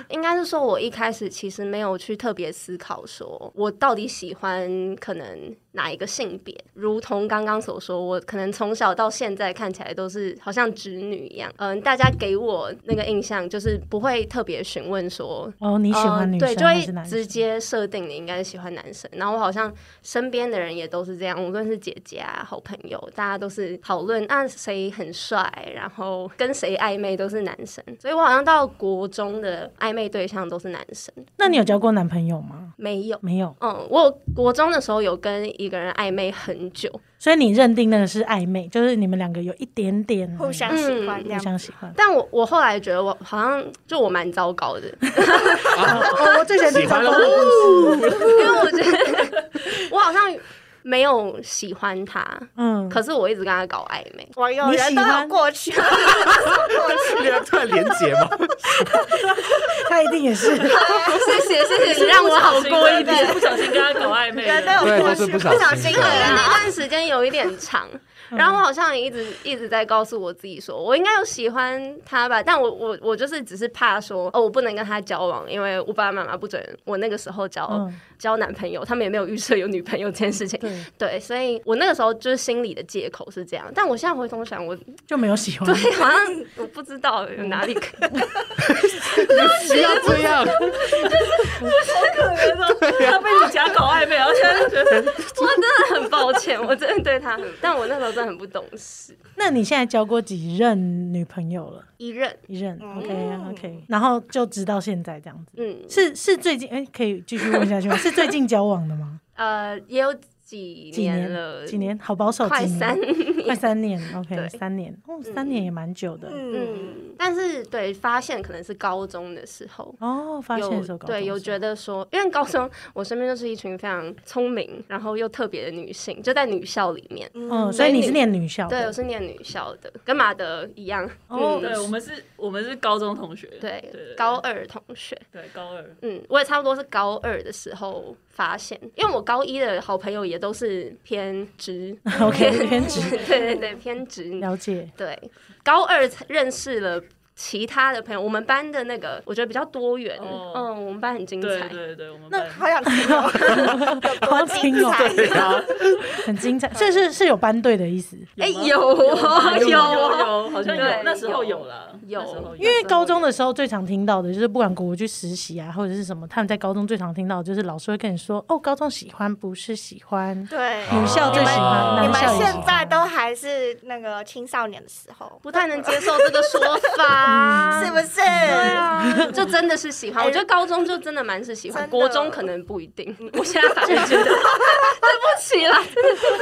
应该是说，我一开始其实没有去特别思考，说我到底喜欢可能哪一个性别。如同刚刚所说，我可能从小到现在看起来都是好像直女一样。嗯，大家给我那个印象就是不会特别询问说
哦，你喜欢女
嗯、
生
对，就
还是
会
男
直
生？
接设定你应该是喜欢男生。然后我好像身边的人也都是这样，无论是姐姐啊、好朋友，大家都是讨论啊谁很帅，然后跟谁暧昧都是男生。所以我好像到国中的暧昧对象都是男生，
那你有交过男朋友吗？
没有。
没有，
嗯，我有国中的时候有跟一个人暧昧很久，
所以你认定那个是暧昧，就是你们两个有一点点
互相喜欢这
互
样。
相喜欢。
但我我后来觉得我好像就我蛮糟糕的，
哦，我最喜欢听
喜欢
糟
了
糕的故事。
因为我觉得 <laughs> 我好像没有喜欢他，
嗯，
可是我一直跟他搞暧昧。
网友
你
人
喜
都有
欢
过去，都有过去。
你要突然连结吗？
他一定也是。
谢谢谢
<laughs>
谢，你让我好
啊
过一点。
不小心跟他搞暧昧
<laughs>
人都
啊
了，
有
对
过
都
去，
是
不
不小
小心
心的
对，
的啊。
那段时间有一点长，然后我好像一直一直在告诉我自己说，我应该有喜欢他吧，但我我我就是只是怕说，哦，我不能跟他交往，因为我爸爸妈妈不准我那个时候交、
嗯
交男朋友，他们也没有预设有女朋友这件事情，
对，
<laughs> 对，所以我那个时候就是心里的借口是这样，但我现在回头想，我 <laughs>
就没有喜欢。
对好像我不知道有哪里可以，
<laughs>
<laughs>
不要这样，
他被你家搞暧昧，
啊
然后现在就觉得
我真的很抱歉，我真的对他很，但我那时候真的很不懂事，
那你现在交过几任女朋友了？
一任，
一任，OK OK，然后就直到现在这样子。
嗯。
是是最近哎，可以继续问
<laughs>
下去吗？是最近交往的吗？
呃，也有几
几年
了，
几年？好保守，
快
几年
三，
快三年，OK，
对
三年，哦，三年也蛮久的。
嗯，
嗯，但是对，发现可能是高中的时候。
哦，发现
有
的时候搞
对，有觉得说，因为高中我身边就是一群非常聪明，然后又特别的女性，就在女校里面。
嗯，所以你是念女校
对，我
的，
是念女校的，跟马德一样。
哦
嗯
对，我们是，我们是高中同学，
对
对，
高二同学，
对高二，
嗯，我也差不多是高二的时候发现，因为我高一的好朋友也都是偏直 <laughs>
OK，偏直
对对对，偏直女
了
<laughs>
解，
对，高二才认识了其他的朋友，我们班的那个我觉得比较多元，
哦
嗯，我们班很精
对
彩。
对对，我们班
好想听哦，
好
多
听
精
<laughs> 哦，
彩！
很精彩，所以是是有班队的意思。
哎、
吗
有哦，
啊有
哦，
有，好像有
对，
那时候有啦，
有啊
那时候
因为高中的时候最常听到的就是，不管国去实习啊，或者是什么，他们在高中最常听到的就是老师会跟你说：“哦，高中喜欢不是喜欢，
对，
女校最喜欢，
哦
你
男
们
校也喜
现
欢。
在都还是那个青少年的时候，
不太能接受这个说
<laughs>
法，
是不是？
啊，就真的是喜欢。我觉得高中就真的蛮是喜欢，
真的
国中可能不一定。我现在反而觉得 <laughs> 对不起啦，”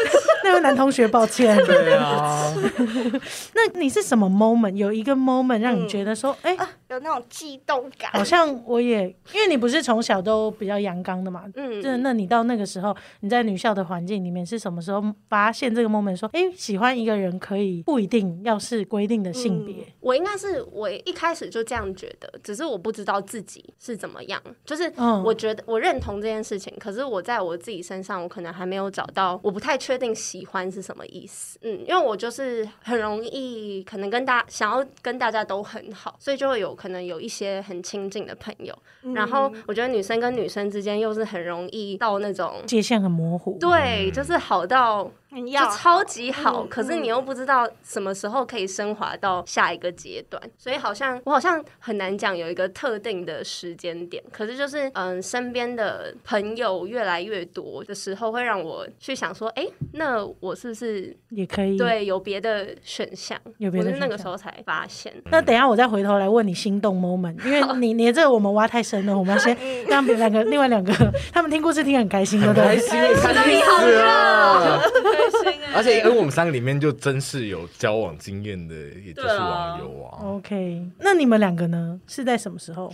<laughs> 那位男同学，抱歉。
对啊，
<laughs> 那你是什么 moment？有一个 moment 让你觉得说：“哎、
有那种悸动感，
好像我也，因为你不是从小都比较阳刚的嘛。”那
嗯，
那你到那个时候，你在女校的环境里面是什么时候发
嗯
现这个 moment 说，哎、喜欢一个人可以不一定要是规定的性别？
我应该是我一开始就这样觉得，只是我不知道自己是怎么样。就是
嗯
我觉得我认同这件事情，可是我在我自己身上，我可能还没有找到，我不太确定喜欢是什么意思。嗯，因为我就是很容易可能跟大想要跟大家都很好，所以就会有可能有一些很亲近的朋友。然后我觉得女生跟女生之间又是很容易到那种。
界限很模糊。
对，就是好到
嗯
就
要
超级好，
嗯
可是你又不知道什么时候可以升华到下一个阶段，所以好像我好像很难讲有一个特定的时间点。可是就是嗯，身边的朋友越来越多的时候，会让我去想说，哎、那我是不是
也可以。，
对有别的选项？
嗯有别的
我是那个
选项
时候才发现，
那等一下我再回头来问你心动 moment，因为你 <laughs> 你这个我们挖太深了，我们要先让两个另外两个他们听故事听得很开心，对不
开
对？
心，开心死了！
开 <laughs> 心哎
<laughs> 而且因为我们三个里面就真是有交往经验的，也就是
对啊
网友啊。
OK，那你们两个呢？是在什么时候？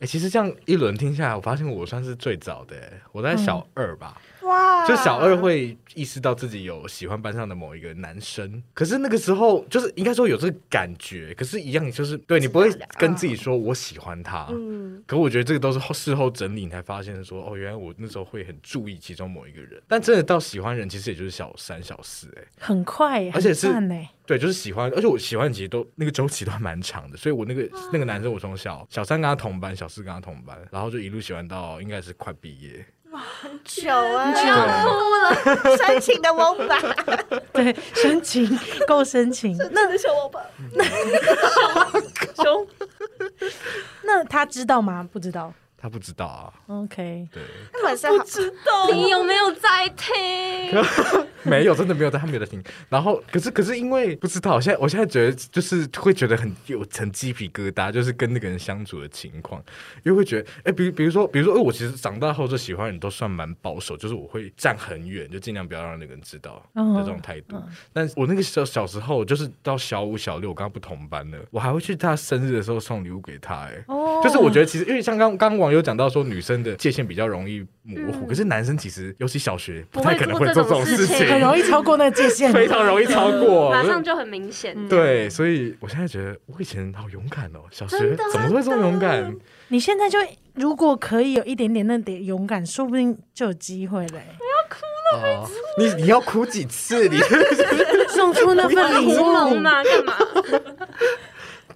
哎、其实这样一轮听下来，我发现我算是最早的、我在小
嗯
二吧，
哇，
就小二会意识到自己有喜欢班上的某一个男生，可是那个时候就是应该说有这个感觉，可是一样就是对你不会跟自己说我喜欢他，
嗯，
可我觉得这个都是后事后整理，你才发现说，哦，原来我那时候会很注意其中某一个人。但真的到喜欢人，其实也就是小三、小四、欸，
很快耶，
而且是
很欸慢耶
对，就是喜欢，而且我喜欢其实都那个周期都还蛮长的，所以我那个那个男生，我从小小三跟他同班，小四跟他同班，然后就一路喜欢到应该是快毕业。
久啊，
哦
哭了，深情的我吧，
对，深情够深情。
那个小王八，熊
那他知道吗？不知道。
他不知道啊，
OK，
对，
他们是好
知道
你有没有在听？
<laughs> 没有，真的没有，但他没有在听。然后，可是可是因为不知道，现在我现在觉得就是会觉得很有层鸡皮疙瘩，就是跟那个人相处的情况，因为会觉得，哎，比如比如说，比如说，哎，我其实长大后就喜欢人都算蛮保守，就是我会站很远，就尽量不要让那个人知道的
嗯
这种态度。但我那个小小时候，就是到小五小六，我跟他不同班了，我还会去他生日的时候送礼物给他、哎、
哦
就是我觉得其实因为像刚刚网友讲到说，女生的界限比较容易模糊，可是男生其实尤其小学不
嗯不
太
会
可能
做
会
这
做这
种
种
事
事
情
情，
很容易超过那个界限，
非常容易超过，
<laughs> 马上就很明显。
对，所以我现在觉得我以前好勇敢哦，小学怎么会这么勇敢？
你现在就如果可以有一点点那点勇敢，说不定就有机会欸嘞。
哦你你要哭几次？你
送出那份礼
柠檬
物，
吗？干嘛？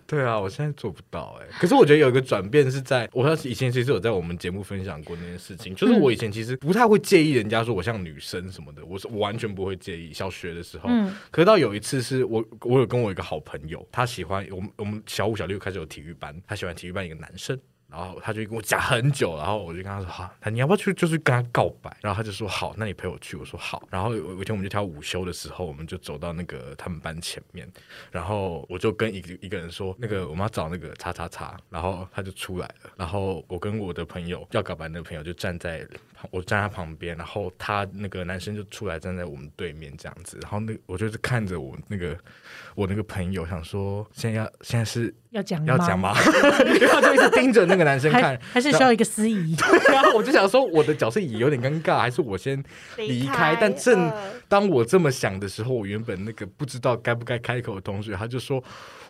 对啊，我现在做不到哎、可是我觉得有一个转变是在，我以前其实有在我们节目分享过那件事情，就是我以前其实不太会介意人家说我像女生什么的，我是我完全不会介意。小学的时候，可是到有一次是我我有跟我一个好朋友，他喜欢我们我们小五小六开始有体育班，他喜欢体育班一个男生。然后他就跟我讲很久，然后我就跟他说：“好、那你要不要去？就是跟他告白。”然后他就说：“好，那你陪我去。”我说：“好。”然后有有一天我们就跳午休的时候，我们就走到那个他们班前面，然后我就跟一个一个人说：“那个我们要找那个叉叉叉。”然后他就出来了。然后我跟我的朋友要告白那个朋友就站在旁我站在旁边，然后他那个男生就出来站在我们对面这样子。然后那我就是看着我那个我那个朋友，想说现在要现在是
要讲
要
吗
讲吗？因为 <laughs> 他就一直盯着那个男生
还
看，
还是需要一个司
<laughs>
仪。
对啊，我就想说我的角色也有点尴尬，还是我先离
离
开。
开
但正
嗯
当我这么想的时候，我原本那个不知道该不该开口的同学，他就说：“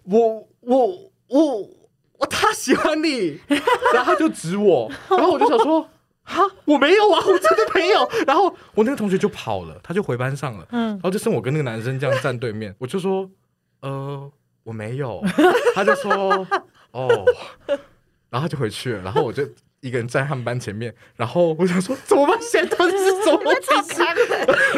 我我我我他喜
<laughs>
欢你。”然后他就指我，然后我就想说。哈，我没有啊，我真的没有。然后我那个同学就跑了，他就回班上了，
嗯
然后就剩我跟那个男生这样站对面，我就说，呃，我没有，他就说，哦，然后他就回去了，然后我就一个人站在他们班前面，然后我想说怎么办？现在到底是怎么回事？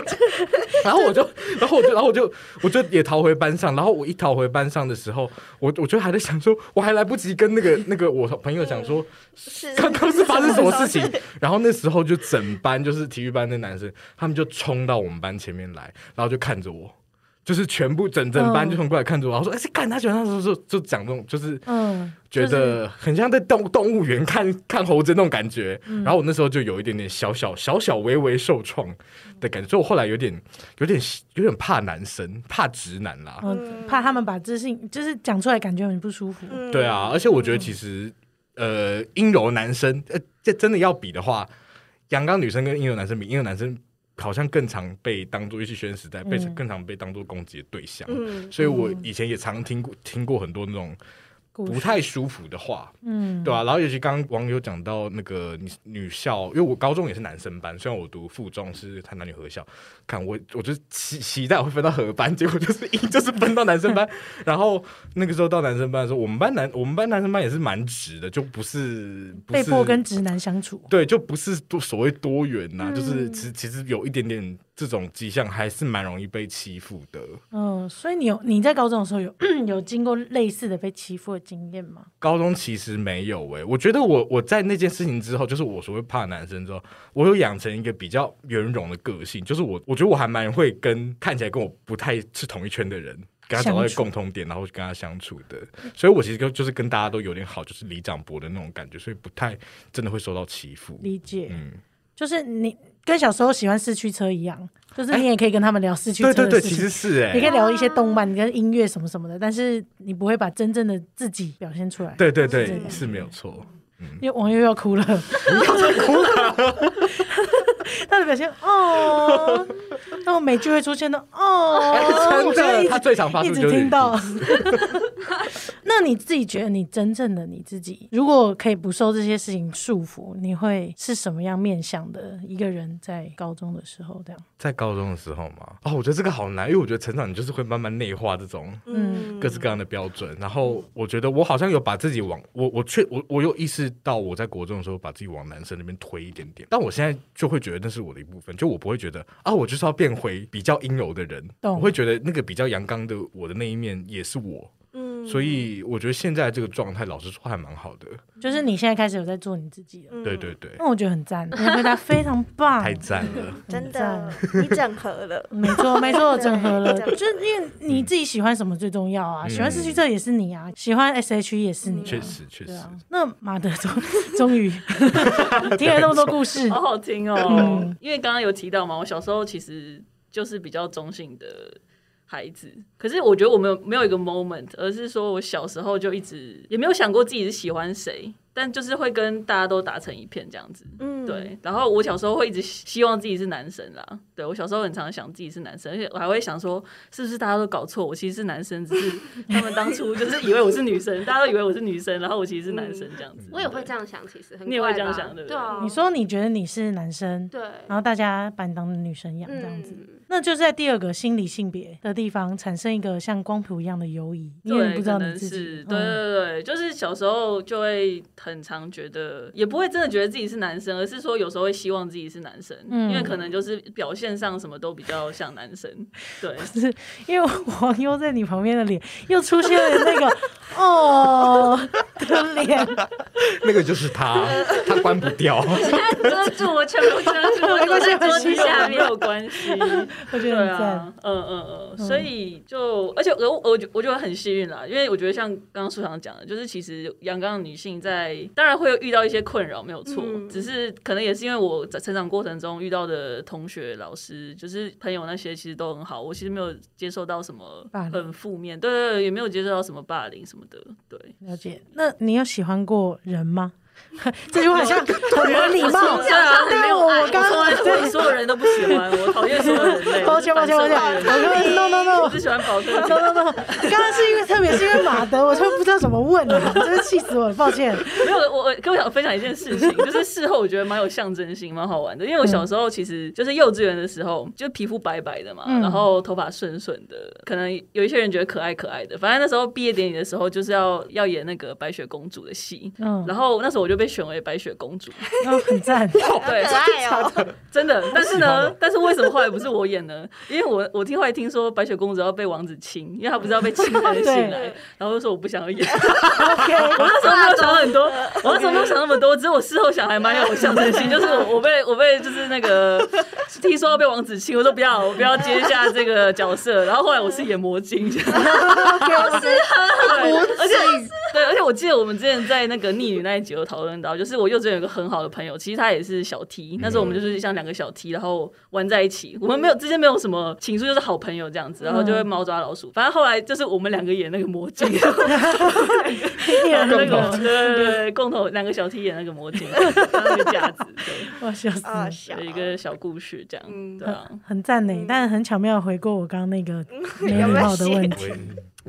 然后我就，然后我就，然后我就，我就也逃回班上。然后我一逃回班上的时候，我我就还在想说，我还来不及跟那个那个我朋友讲说，
<laughs>
<laughs>
是
刚刚是发生什么事
<laughs>
情？然后那时候就整班就是体育班的男生，他们就冲到我们班前面来，然后就看着我，就是全部整整班
嗯
就冲过来看着我，然后说：“哎、是干他喜欢他？”就就就讲这种，就是
嗯，
觉得很像在动动物园看 <laughs> 看猴子那种感觉。然后我那时候就有一点点小小小小微微受创的感觉，所以我后来有点有点有点怕男生，怕直男啦。
嗯，怕他们把自信就是讲出来，感觉很不舒服。
嗯
对啊，而且我觉得其实呃，阴柔男生呃，这真的要比的话，阳刚女生跟阴柔男生比，阴柔男生。好像更常被当做一起宣时代，被
嗯
更常被当做攻击的对象，
嗯
所以我以前也常听过听过很多那种
故
不
事
太舒服的话，
嗯，
对啊，然后尤其刚刚网友讲到那个女女校，因为我高中也是男生班，虽然我读附中是台南女合校，看我我就期期待我会分到合班，结果就是硬 <laughs> 就是分到男生班。然后那个时候到男生班的时候，我们班男我们班男生班也是蛮直的，就不是不
被
是
迫跟直男相处，
对，就不是多所谓多元呐、就是
嗯
其实其实有一点点这种迹象，还是蛮容易被欺负的。
嗯，所以你有你在高中的时候有有经过类似的被欺负的经验吗？
高中其实没有诶、我觉得我我在那件事情之后，就是我所谓怕男生之后，我有养成一个比较圆融的个性，就是我我觉得我还蛮会跟看起来跟我不太是同一圈的人。跟他找到一个
相处
共同点，然后跟他相处的，所以我其实跟就是跟大家都有点好，就是李长博的那种感觉，所以不太真的会受到欺负。
理解，
嗯，
就是你跟小时候喜欢四驱车一样，就是你也可以跟他们聊四驱车
对
的事
哎对
情。
对，其实是欸诶、
你可以聊一些动漫跟音乐什么什么的，但是你不会把真正的自己表现出来。
对对对
是这，样
是没有错。
因为网友又
<laughs>
要哭了，不要再哭了。 <laughs> 他的表现哦，那我每句会出现的哦，
<laughs> 真
我觉
的，
得一直
他最常发
一
出
直
就是
听到。
<laughs>
那你自己觉得你真正的你自己，如果可以不受这些事情束缚，你会是什么样面向的一个人？在高中的时候，这样，
在高中的时候嘛，哦，我觉得这个好难，因为我觉得成长你就是会慢慢内化这种
嗯
各式各样的标准。然后我觉得我好像有把自己往我我确我我有意识到我在国中的时候把自己往男生那边推一点点，但我现在就会觉得那是我的一部分，就我不会觉得啊，我就是要变回比较阴柔的人，
懂
我会觉得那个比较阳刚的我的那一面也是我。
嗯
所以我觉得现在这个状态，老实说还蛮好的。
就是你现在开始有在做你自己
嗯
了。
对对对，
那我觉得很赞，你的回答非常
<laughs>
棒，
太赞了。
真
赞。
的，你整合
<laughs>
了
没错，没错，
对
整合了，
整合
就是因为你自己喜欢什么最重要啊，
嗯
喜欢四驱车也是你啊，喜欢 S H E 也是你、啊，
确实确实
对啊。那马德终
<laughs>
终于 <laughs> 听了那么多
<laughs>
故事，
好好听哦、
嗯
因为刚刚有提到嘛，我小时候其实就是比较中性的孩子，可是我觉得我没有没有一个 moment，而是说我小时候就一直也没有想过自己是喜欢谁，但就是会跟大家都打成一片这样子。
嗯，
对，然后我小时候会一直希希望自己是男生啦。对我小时候很常想自己是男生，而且我还会想说，是不是大家都搞错，我其实是男生，只是他们当初就是以为我是女生，大家都以为我是女生，然后我其实是男生这样子。
我也会
对
这样想，其实很
你也会
怪
这样
吧
想对不
对啊，
你说你觉得你是男生，
对，
然后大家把你当女生养这样子。
嗯，
那就是在第二个心理性别的地方产生一个像光谱一样的犹疑，你也
对，
不知道
可
你
能
自己
是。对
嗯
对对，就是小时候就会很常觉得，也不会真的觉得自己是男生，而是说有时候会希望自己是男生，
嗯
因为可能就是表现上什么都比较像男生。
<laughs>
对，
因为黄优在你旁边的脸又出现了那个哦的脸，
那个就是他，他关不掉。
遮住我全部遮住，
没
我
关
在桌
系没关系
子下
没
面。
有关
<laughs>
系。
我觉
对
得很赞。
啊，嗯嗯嗯，所以就而且我我我觉得很幸运啦，因为我觉得像刚刚苏长讲的，就是其实阳刚的女性在当然会有遇到一些困扰，没有错，
嗯
只是可能也是因为我在成长过程中遇到的同学、老师，就是朋友那些，其实都很好，我其实没有接受到什么
霸凌
很负面，对对对，也没有接受到什么霸凌什么的，对。
了解。那你有喜欢过人吗？ <laughs> 这句话好像很没礼貌
我说。啊
但我我刚
我
刚
说我所有人都不喜欢，我讨厌所有人类。
抱歉抱歉抱歉，我刚刚 no no
我
no
只喜欢保
<laughs>
证。
no no no，刚刚是因为特别是因为马德，我就不知道怎么问了，真是气死我了，抱歉。
没有，我我跟我想分享一件事情，就是事后我觉得蛮有象征性，蛮好玩的。因为我
嗯
小时候其实就是幼稚园的时候，就皮肤白白的嘛，
嗯
然后头发顺顺的，可能有一些人觉得可爱可爱的。反正那时候毕业典礼的时候，就是要要演那个白雪公主的戏，
嗯，
然后那时候我就被选为白雪公主，
然后哦很赞，
对，
可爱哦，
真的。但是
喜欢
呢
吗，
但是为什么后来不是我演呢？因为我我听后来听说白雪公主要被王子亲，因为她不是要被亲才能醒来
对，
然后就说我不想要演。
OK，
<laughs> 我那时候没有想很多，我那时候没有想那么多，只是我事后想还蛮有象征性，就是我我被我被就是那个听说要被王子亲，我说不要，我不要接下这个角色。然后后来我是演魔镜，这样对，而且对，而且我记得我们之前在那个逆女那一集有讨论到，就是我幼稚园有一个很好的朋友，其实他也是小 T，那时候我们就是像两个小 T，然后玩在一起，我们没有之间没有什么情愫，就是好朋友这样子，然后就会猫抓老鼠。反正后来就是我们两个演那个魔镜。
哦一
<laughs>
人
那
<laughs>
个
那
对
个，
对对对，共同两个小 T 演那个魔镜，那个架子，
我笑死
啊，
了。
小
对，有一个小故事这样，对啊。嗯
很赞呢，但很巧妙地回过我刚刚那个没礼貌的问题。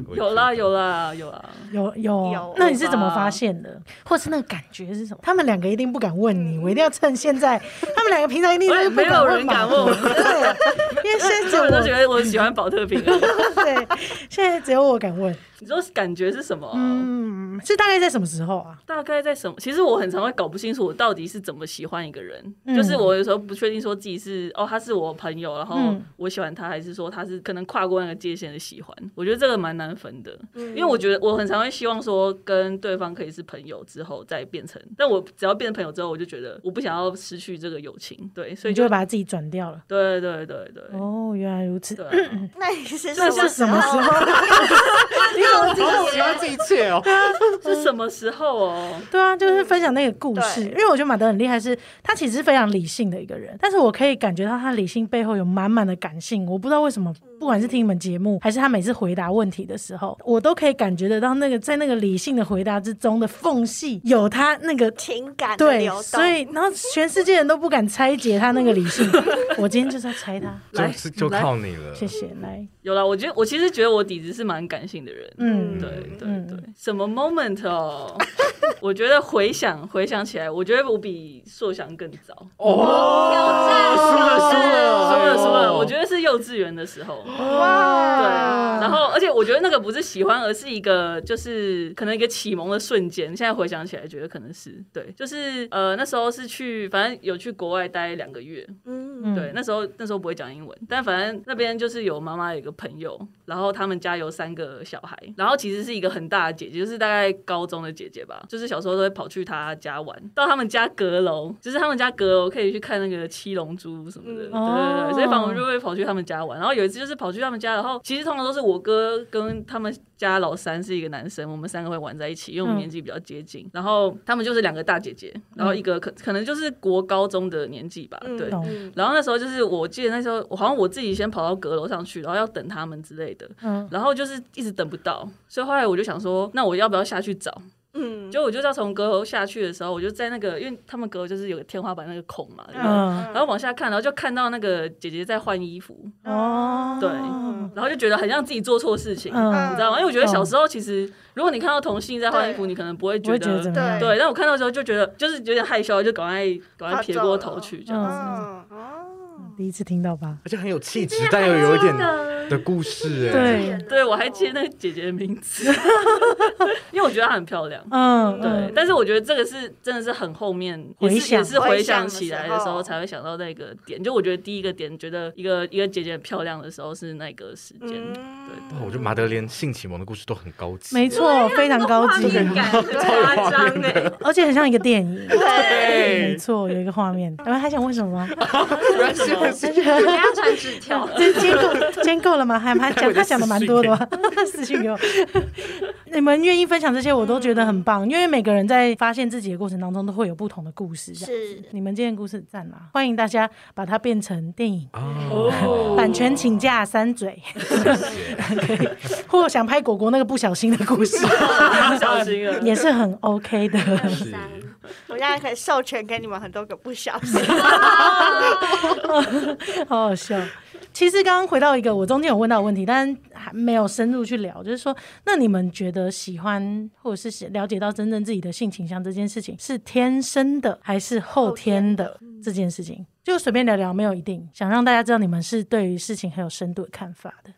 我也
有
我
啦，有啦，有啦。
有有，
有
<laughs> 那你是怎么发现的？或是那个感觉是什么？他们两个一定不敢问
嗯
你，我一定要趁现
<laughs>
在，他们两个平常一定都是不
没有人
嘛
敢问我
<laughs> 对，因为现在只
所有人都觉
有
得 <laughs> 我喜欢保特瓶而已。
我，对，现在只有我敢问。
<laughs> 你说感觉是什么？
嗯，是大概在什么时候啊？
大概在什么？其实我很常会搞不清楚我到底是怎么喜欢一个人，
嗯
就是我有时候不确定说自己是哦他是我朋友，然后
嗯
我喜欢他，还是说他是可能跨过那个界限的喜欢。我觉得这个蛮难分的，因为我觉得我很常会希望说跟对方可以是朋友之后再变成，但我只要变成朋友之后，我就觉得我不想要失去这个友情，对，所
你
以
就
就
会把它自己转掉了。
对对对对。
哦，原来如此。
对啊、 <coughs>
那你是
那是什么时
候？
候？
因为我好喜欢这一切哦。
是什么时候哦？
对啊，就是分享那个故事。
对
因为我觉得马德很厉害是，他其实是非常理性的一个人，但是我可以感觉到他理性背后有满满的感性。我不知道为什么，不管是听你们节目，还是他每次回答问题的时候，我都可以感觉得到那个在那个理性的回答之中的缝隙，有他那个 <laughs>
情感的
对
流，动，
所以然后全世界人都不敢拆解他那个理性。我今天就是要拆他，
来
就就靠你了，
谢谢，来，
有啦，我觉得我其实觉得我底子是蛮感性的人，
嗯
对对
嗯
对，什么 moment 哦？ <laughs> 我觉得回想回想起来，我觉得我比硕翔更早，
哦，输了哎输了
输了输了，我觉得是幼稚园的时候。
哇，
对，然后而且我觉得那个不是喜欢，而是一个就是可能一个启蒙的瞬间。现在回想起来，觉得可能是对，就是呃那时候是去，反正有去国外待两个月，
嗯
对，那时候那时候不会讲英文，但反正那边就是有妈妈有一个朋友，然后他们家有三个小孩，然后其实是一个很大的姐姐，就是大概高中的姐姐吧，就是小时候都会跑去她家玩，到他们家阁楼，就是他们家阁楼可以去看那个七龙珠什么的，对
嗯
对
哦
对，所以反正我就会跑去他们家玩。然后有一次就是跑去他们家，然后其实通常都是我哥跟他们家老三是一个男生，我们三个会玩在一起，因为我们
嗯
年纪比较接近。然后他们就是两个大姐姐，然后一个可可能就是国高中的年纪吧，
嗯
对。
懂
然后那时候就是，我记得那时候我好像我自己先跑到阁楼上去，然后要等他们之类的，
嗯
然后就是一直等不到，所以后来我就想说，那我要不要下去找？
嗯，
就我就要从阁楼下去的时候，我就在那个，因为他们阁楼就是有个天花板那个孔嘛，对吧然
嗯
后往下看，然后就看到那个姐姐在换衣服，
哦，
对然后就觉得很像自己做错事情，
嗯
你知道吗？因为我觉得小时候其实，如果你看到同性在换衣服，
对
你可能不会
不
觉
会觉得
得
怎么样，
对，但我看到的时候就觉得就是有点害羞，就赶快赶快
跑
撇
走
过
了
头去这样。
嗯，
嗯哦，
第一次听到吧？
而且很有气质，但又有一点的故事哎。
对，
对，我还记得那个姐姐的名字，
<laughs>
因为我觉得她很漂亮。
嗯，
对，
嗯，
但是我觉得这个是真的是很后面，也
回
是也
想
是回
回
想
想
起
的
来
时
的时候
候
才会想到那个点。就我觉得第一个点，觉得一个一个姐姐很漂亮的时候是那个时间，
嗯
对
哦哇，我觉得马德莲性启蒙的故事都很高级，
没
啊
错，非常高级，
夸张哎，
而且很像一个电影。
对
没错，有一个画面。然后还想问什么吗？ <laughs>
为什么？
还要传纸条，
这今天够今天够了吗？还蛮讲他讲的蛮多的吧？ <laughs> 私信给我。你们愿意分享这些，我都觉得很棒，因为每个人在发现自己的过程当中，都会有不同的故事。这样
是
你们今天的故事赞啦，欢迎大家把它变成电影。 <laughs>
哦，
版权请假三嘴，或想拍果果那个不小心的故事，
小心啊了。
也是很 OK 的。
是
我现在可以授权给你们很多个不小心。
好好笑。其实刚刚回到一个我中间有问到的问题，但还没有深入去聊，就是说，那你们觉得喜欢或者是了解到真正自己的性倾向这件事情，是天生的还是后天的这件事情？就随便聊聊，没有一定。想让大家知道你们是对于事情很有深度的看法的。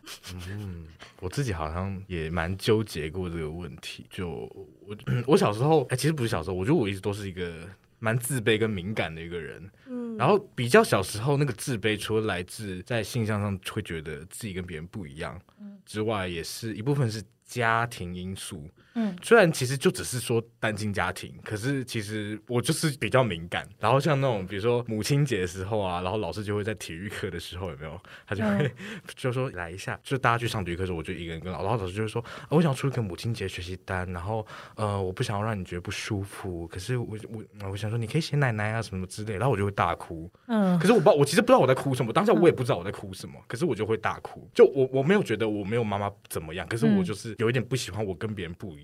我自己好像也蛮纠结过这个问题。就我 <clears throat> 我小时候，哎、其实不是小时候，我觉得我一直都是一个蛮自卑跟敏感的一个人。嗯，然后比较小时候那个自卑，除了来自在性向上会觉得自己跟别人不一样之外，也是一部分是家庭因素。
嗯，
虽然其实就只是说单亲家庭，可是其实我就是比较敏感。然后像那种比如说母亲节的时候啊，然后老师就会在体育课的时候有没有，他就会、就说来一下，就大家去上体育课的时候，我就一个人跟老，然后老师就会说，啊、我想出一个母亲节学习单，然后呃，我不想要让你觉得不舒服，可是我我我想说你可以写奶奶啊什么之类，然后我就会大哭。
嗯
可是我不知道，我其实不知道我在哭什么，当下我也不知道我在哭什么，可是我就会大哭。就我我没有觉得我没有妈妈怎么样，可是我就是有一点不喜欢我跟别人不一样。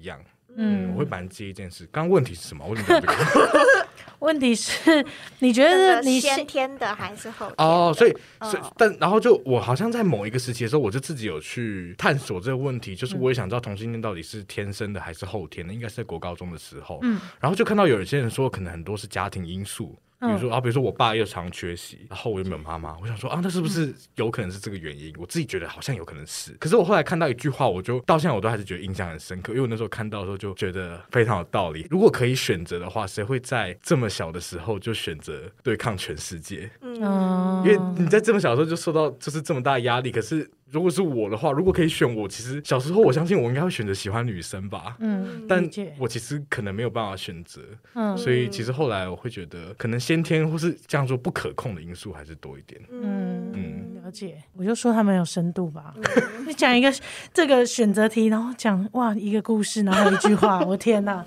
嗯，我会蛮介意这件事。刚刚问题是什么？为什么聊这个？
问题是，你觉
这
得
个
你
先
性
天的还是后天的？嗯
哦，所以，所以，但然后就我好像在某一个时期的时候，我就自己有去探索这个问题，
嗯
就是我也想知道同性恋到底是天生的还是后天的，应该是在国高中的时候，嗯，然后就看到有一些人说，可能很多是家庭因素。比如
嗯
说啊，比如说我爸又常缺席，然后我又没有妈妈，我想说啊，那是不
嗯
是有可能是这个原因？我自己觉得好像有可能是，可是我后来看到一句话，我就到现在我都还是觉得印象很深刻，因为我那时候看到的时候就觉得非常有道理。如果可以选择的话，谁会在这么小的时候就选择对抗全世界？
嗯，
因为你在这么小的时候就受到就是这么大的压力。可是如果是我的话，如果可以选我，其实小时候我相信我应该会选择喜欢女生吧。
嗯，
但
理解
我其实可能没有办法选择，
嗯
所以其实后来我会觉得，可能先天或是这样说不可控的因素还是多一点。
嗯，了解。我就说他们有深度吧。
嗯
你 <laughs> 讲一个这个选择题，然后讲哇一个故事，然后一
<laughs>
句话，我天哪，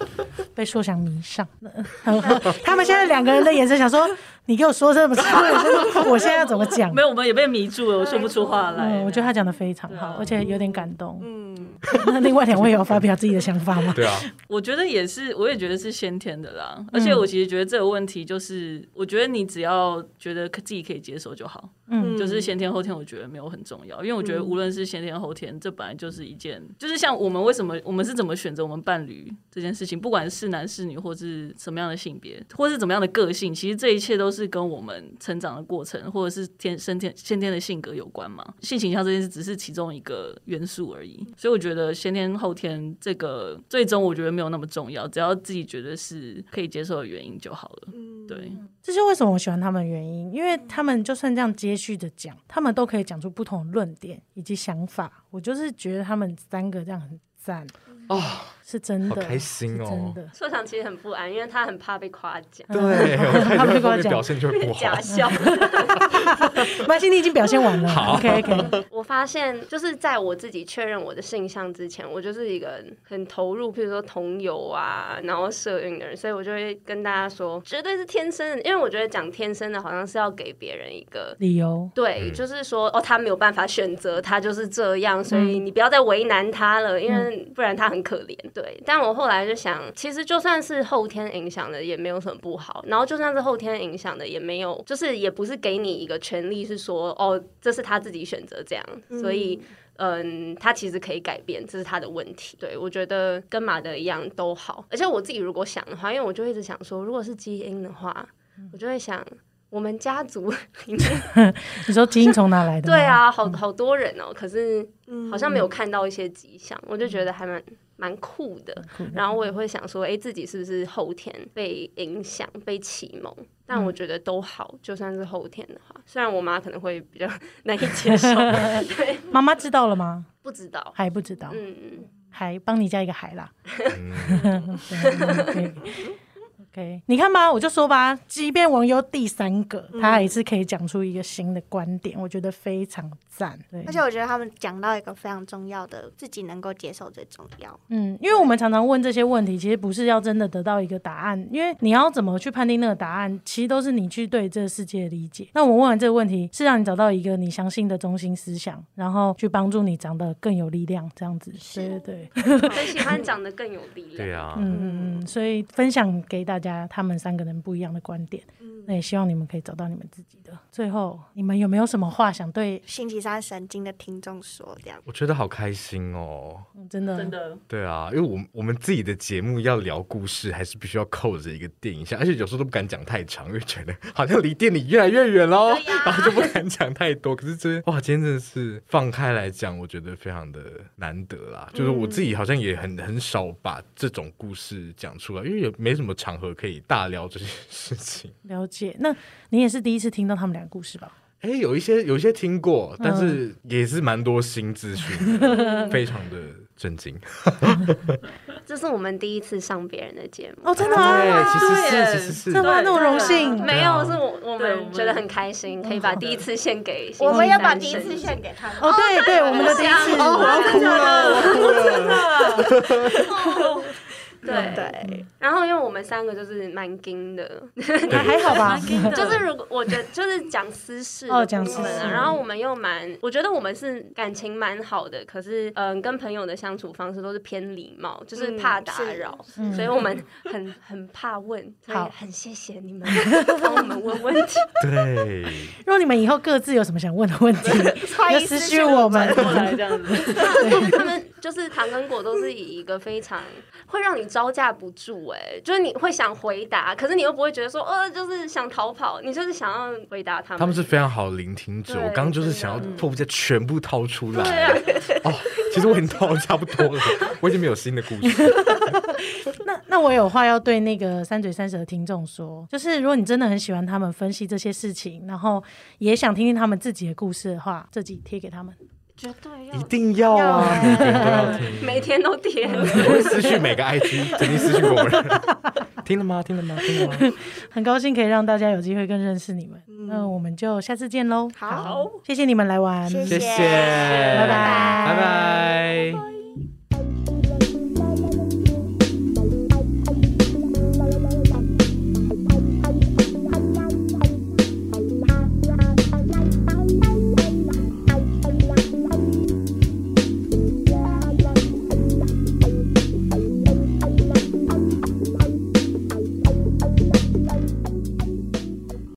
被说想迷上。 <laughs> 他们现在两个人的眼神想说，你给我说这么长，我现在要怎么
<laughs>
讲
没？有，我们也被迷住了，我说不出话来。啊
嗯，我觉得他讲的非常好，而且有点感动。
嗯，
<laughs> 那另外两位有发表自己的想法吗？
对啊，
我觉得也是，我也觉得是先天的啦。而
嗯
且我其实觉得这个问题就是，我觉得你只要觉得可自己可以接受就好，
嗯
就是先天后天，我觉得没有很重要，因为我觉得无论是先天后天，这本来就是一件，就是像我们为什么我们是怎么选择我们伴侣这件事情，不管是男是女，或是什么样的性别，或是怎么样的个性，其实这一切都是跟我们成长的过程，或者是天先天先天的性格有关嘛。性倾向这件事只是其中一个元素而已，所以我觉得先天后天这个最终我觉得没有那么重要，只要自己觉得是可以接受的原因就好了。对，
这是为什么我喜欢他们的原因，因为他们就算这样接续的讲，他们都可以讲出不同的论点以及想法。我就是觉得他们三个这样很赞
嗯
哦，
是真
好
的，
开心
是真
哦。
的。
硕强其实很不安，因为他很怕被夸奖，
对，
<laughs>
我开始会后
跟我
面
讲
表现就会不好
假。笑。
没关系，你已经表现完了。OK OK，
我发现就是在我自己确认我的性向之前，我就是一个很投入，譬如说同游啊，然后摄影的人，所以我就会跟大家说，绝对是天生的，因为我觉得讲天生的好像是要给别人一个。
理由
对，就是说，哦，他没有办法选择，他就是这样，所以你不要再为难他了，因为不然他很可怜。对，但我后来就想，其实就算是后天影响的也没有什么不好，然后就算是后天影响的也没有，就是也不是给你一个权利，是说，哦，这是他自己选择这样，所以。嗯，他其实可以改变，这是他的问题。对我觉得跟马德一样都好，而且我自己如果想的话，因为我就一直想说，如果是基因的话，我就会想我们家族里面
你说基因从哪来的？
对，
嗯
啊，好好多人哦，可是好像没有看到一些迹象，我就觉得还蛮蛮酷的。然后我也会想说，哎，自己是不是后天被影响、被启蒙？但
嗯
我觉得都好，就算是后天的话，虽然我妈可能会比较难以接
<laughs>
受，对，
妈妈知道了吗？
不知道，
还不知道，
嗯，
还帮你加一个
<laughs>
还啦。
嗯
对 OK，你看吧，我就说吧，即便网友第三个，
嗯
他还是可以讲出一个新的观点，我觉得非常赞。对
而，且我觉得他们讲到一个非常重要的，自己能够接受最重要。
嗯，因为我们常常问这些问题，其实不是要真的得到一个答案，因为你要怎么去判定那个答案，其实都是你去对这个世界的理解。那我们问完这个问题，是让你找到一个你相信的中心思想，然后去帮助你长得更有力量，这样子。对对对，
很喜欢长得更有力量。
对啊，
嗯嗯嗯，所以分享给大家他们三个人不一样的观点，那也希望你们可以找到你们自己的。最后，你们有没有什么话想对？
星期三神经的听众说，这样
我觉得好开心哦。
嗯真的，
真的，
对啊，因为我们我们自己的节目要聊故事，还是必须要扣着一个电影下，而且有时候都不敢讲太长，因为觉得好像离店里越来越远喽，然后就不敢讲太多。可是真的哇，今天真的是放开来讲，我觉得非常的难得啦。就是我自己好像也很很少把这种故事讲出来，因为也没什么场合可以大聊这些事情。
了解。那你也是第一次听到他们俩的故事吧？
哎，有一些有一些听过，但是也是蛮多新资讯的，非常的震惊。
这是我们第一次上别人的节目，
哦，真的
<laughs>
吗？
对，其
对
实是其实是
真的啊吗？
对
那么荣幸，
嗯
没有，是我我
对我
们
们
觉得很开心，可以把第一次献给星期
我们要把
三
第一
神
次
经
献给他们。
哦，对哦对，我们的第一次，
哦，我要哭了，我要哭了。
对
对，
然后因为我们三个就是蛮精的，
还还好吧？
就是如果我觉得就是讲私事的
哦讲
部分
私
啊
事
然后我们又蛮，我觉得我们是感情蛮好的，可是嗯、跟朋友的相处方式都是偏礼貌，就是
嗯
怕打
是
扰，
嗯
所以我们很很怕问，所以
好
很谢谢你们帮我们问问
<laughs>
题，
对，
如果你们以后各自有什么想问的 <laughs> 问题，
欢
就
迎
私
私
讯
讯
我
我
们。
过来这样子，
就是他们就是糖跟果都是以一个非常会让你招架不住、哎，就是你会想回答，可是你又不会觉得说呃就是想逃跑，你就是想要回答他们，
他们是非常好的聆听者，
对
我刚刚就是想要
真
迫不及待全部掏出来。
对啊，
哦，其实我已经掏得差不多了，我已经没有新的故事。
<laughs> 那那我有话要对那个三嘴三舌的听众说，就是如果你真的很喜欢他们分析这些事情，然后也想听听他们自己的故事的话，这集贴给他们。
绝对
一定要啊，每天都要听。
每天都点。
<laughs> 我会私讯每个 IG，曾经私讯过我们。 <laughs> 听了吗？听了吗？听了吗？
很高兴可以让大家有机会更认识你们。那我们就下次见喽！
好
谢谢你们来玩，
谢
谢谢，
谢
拜
拜
拜拜。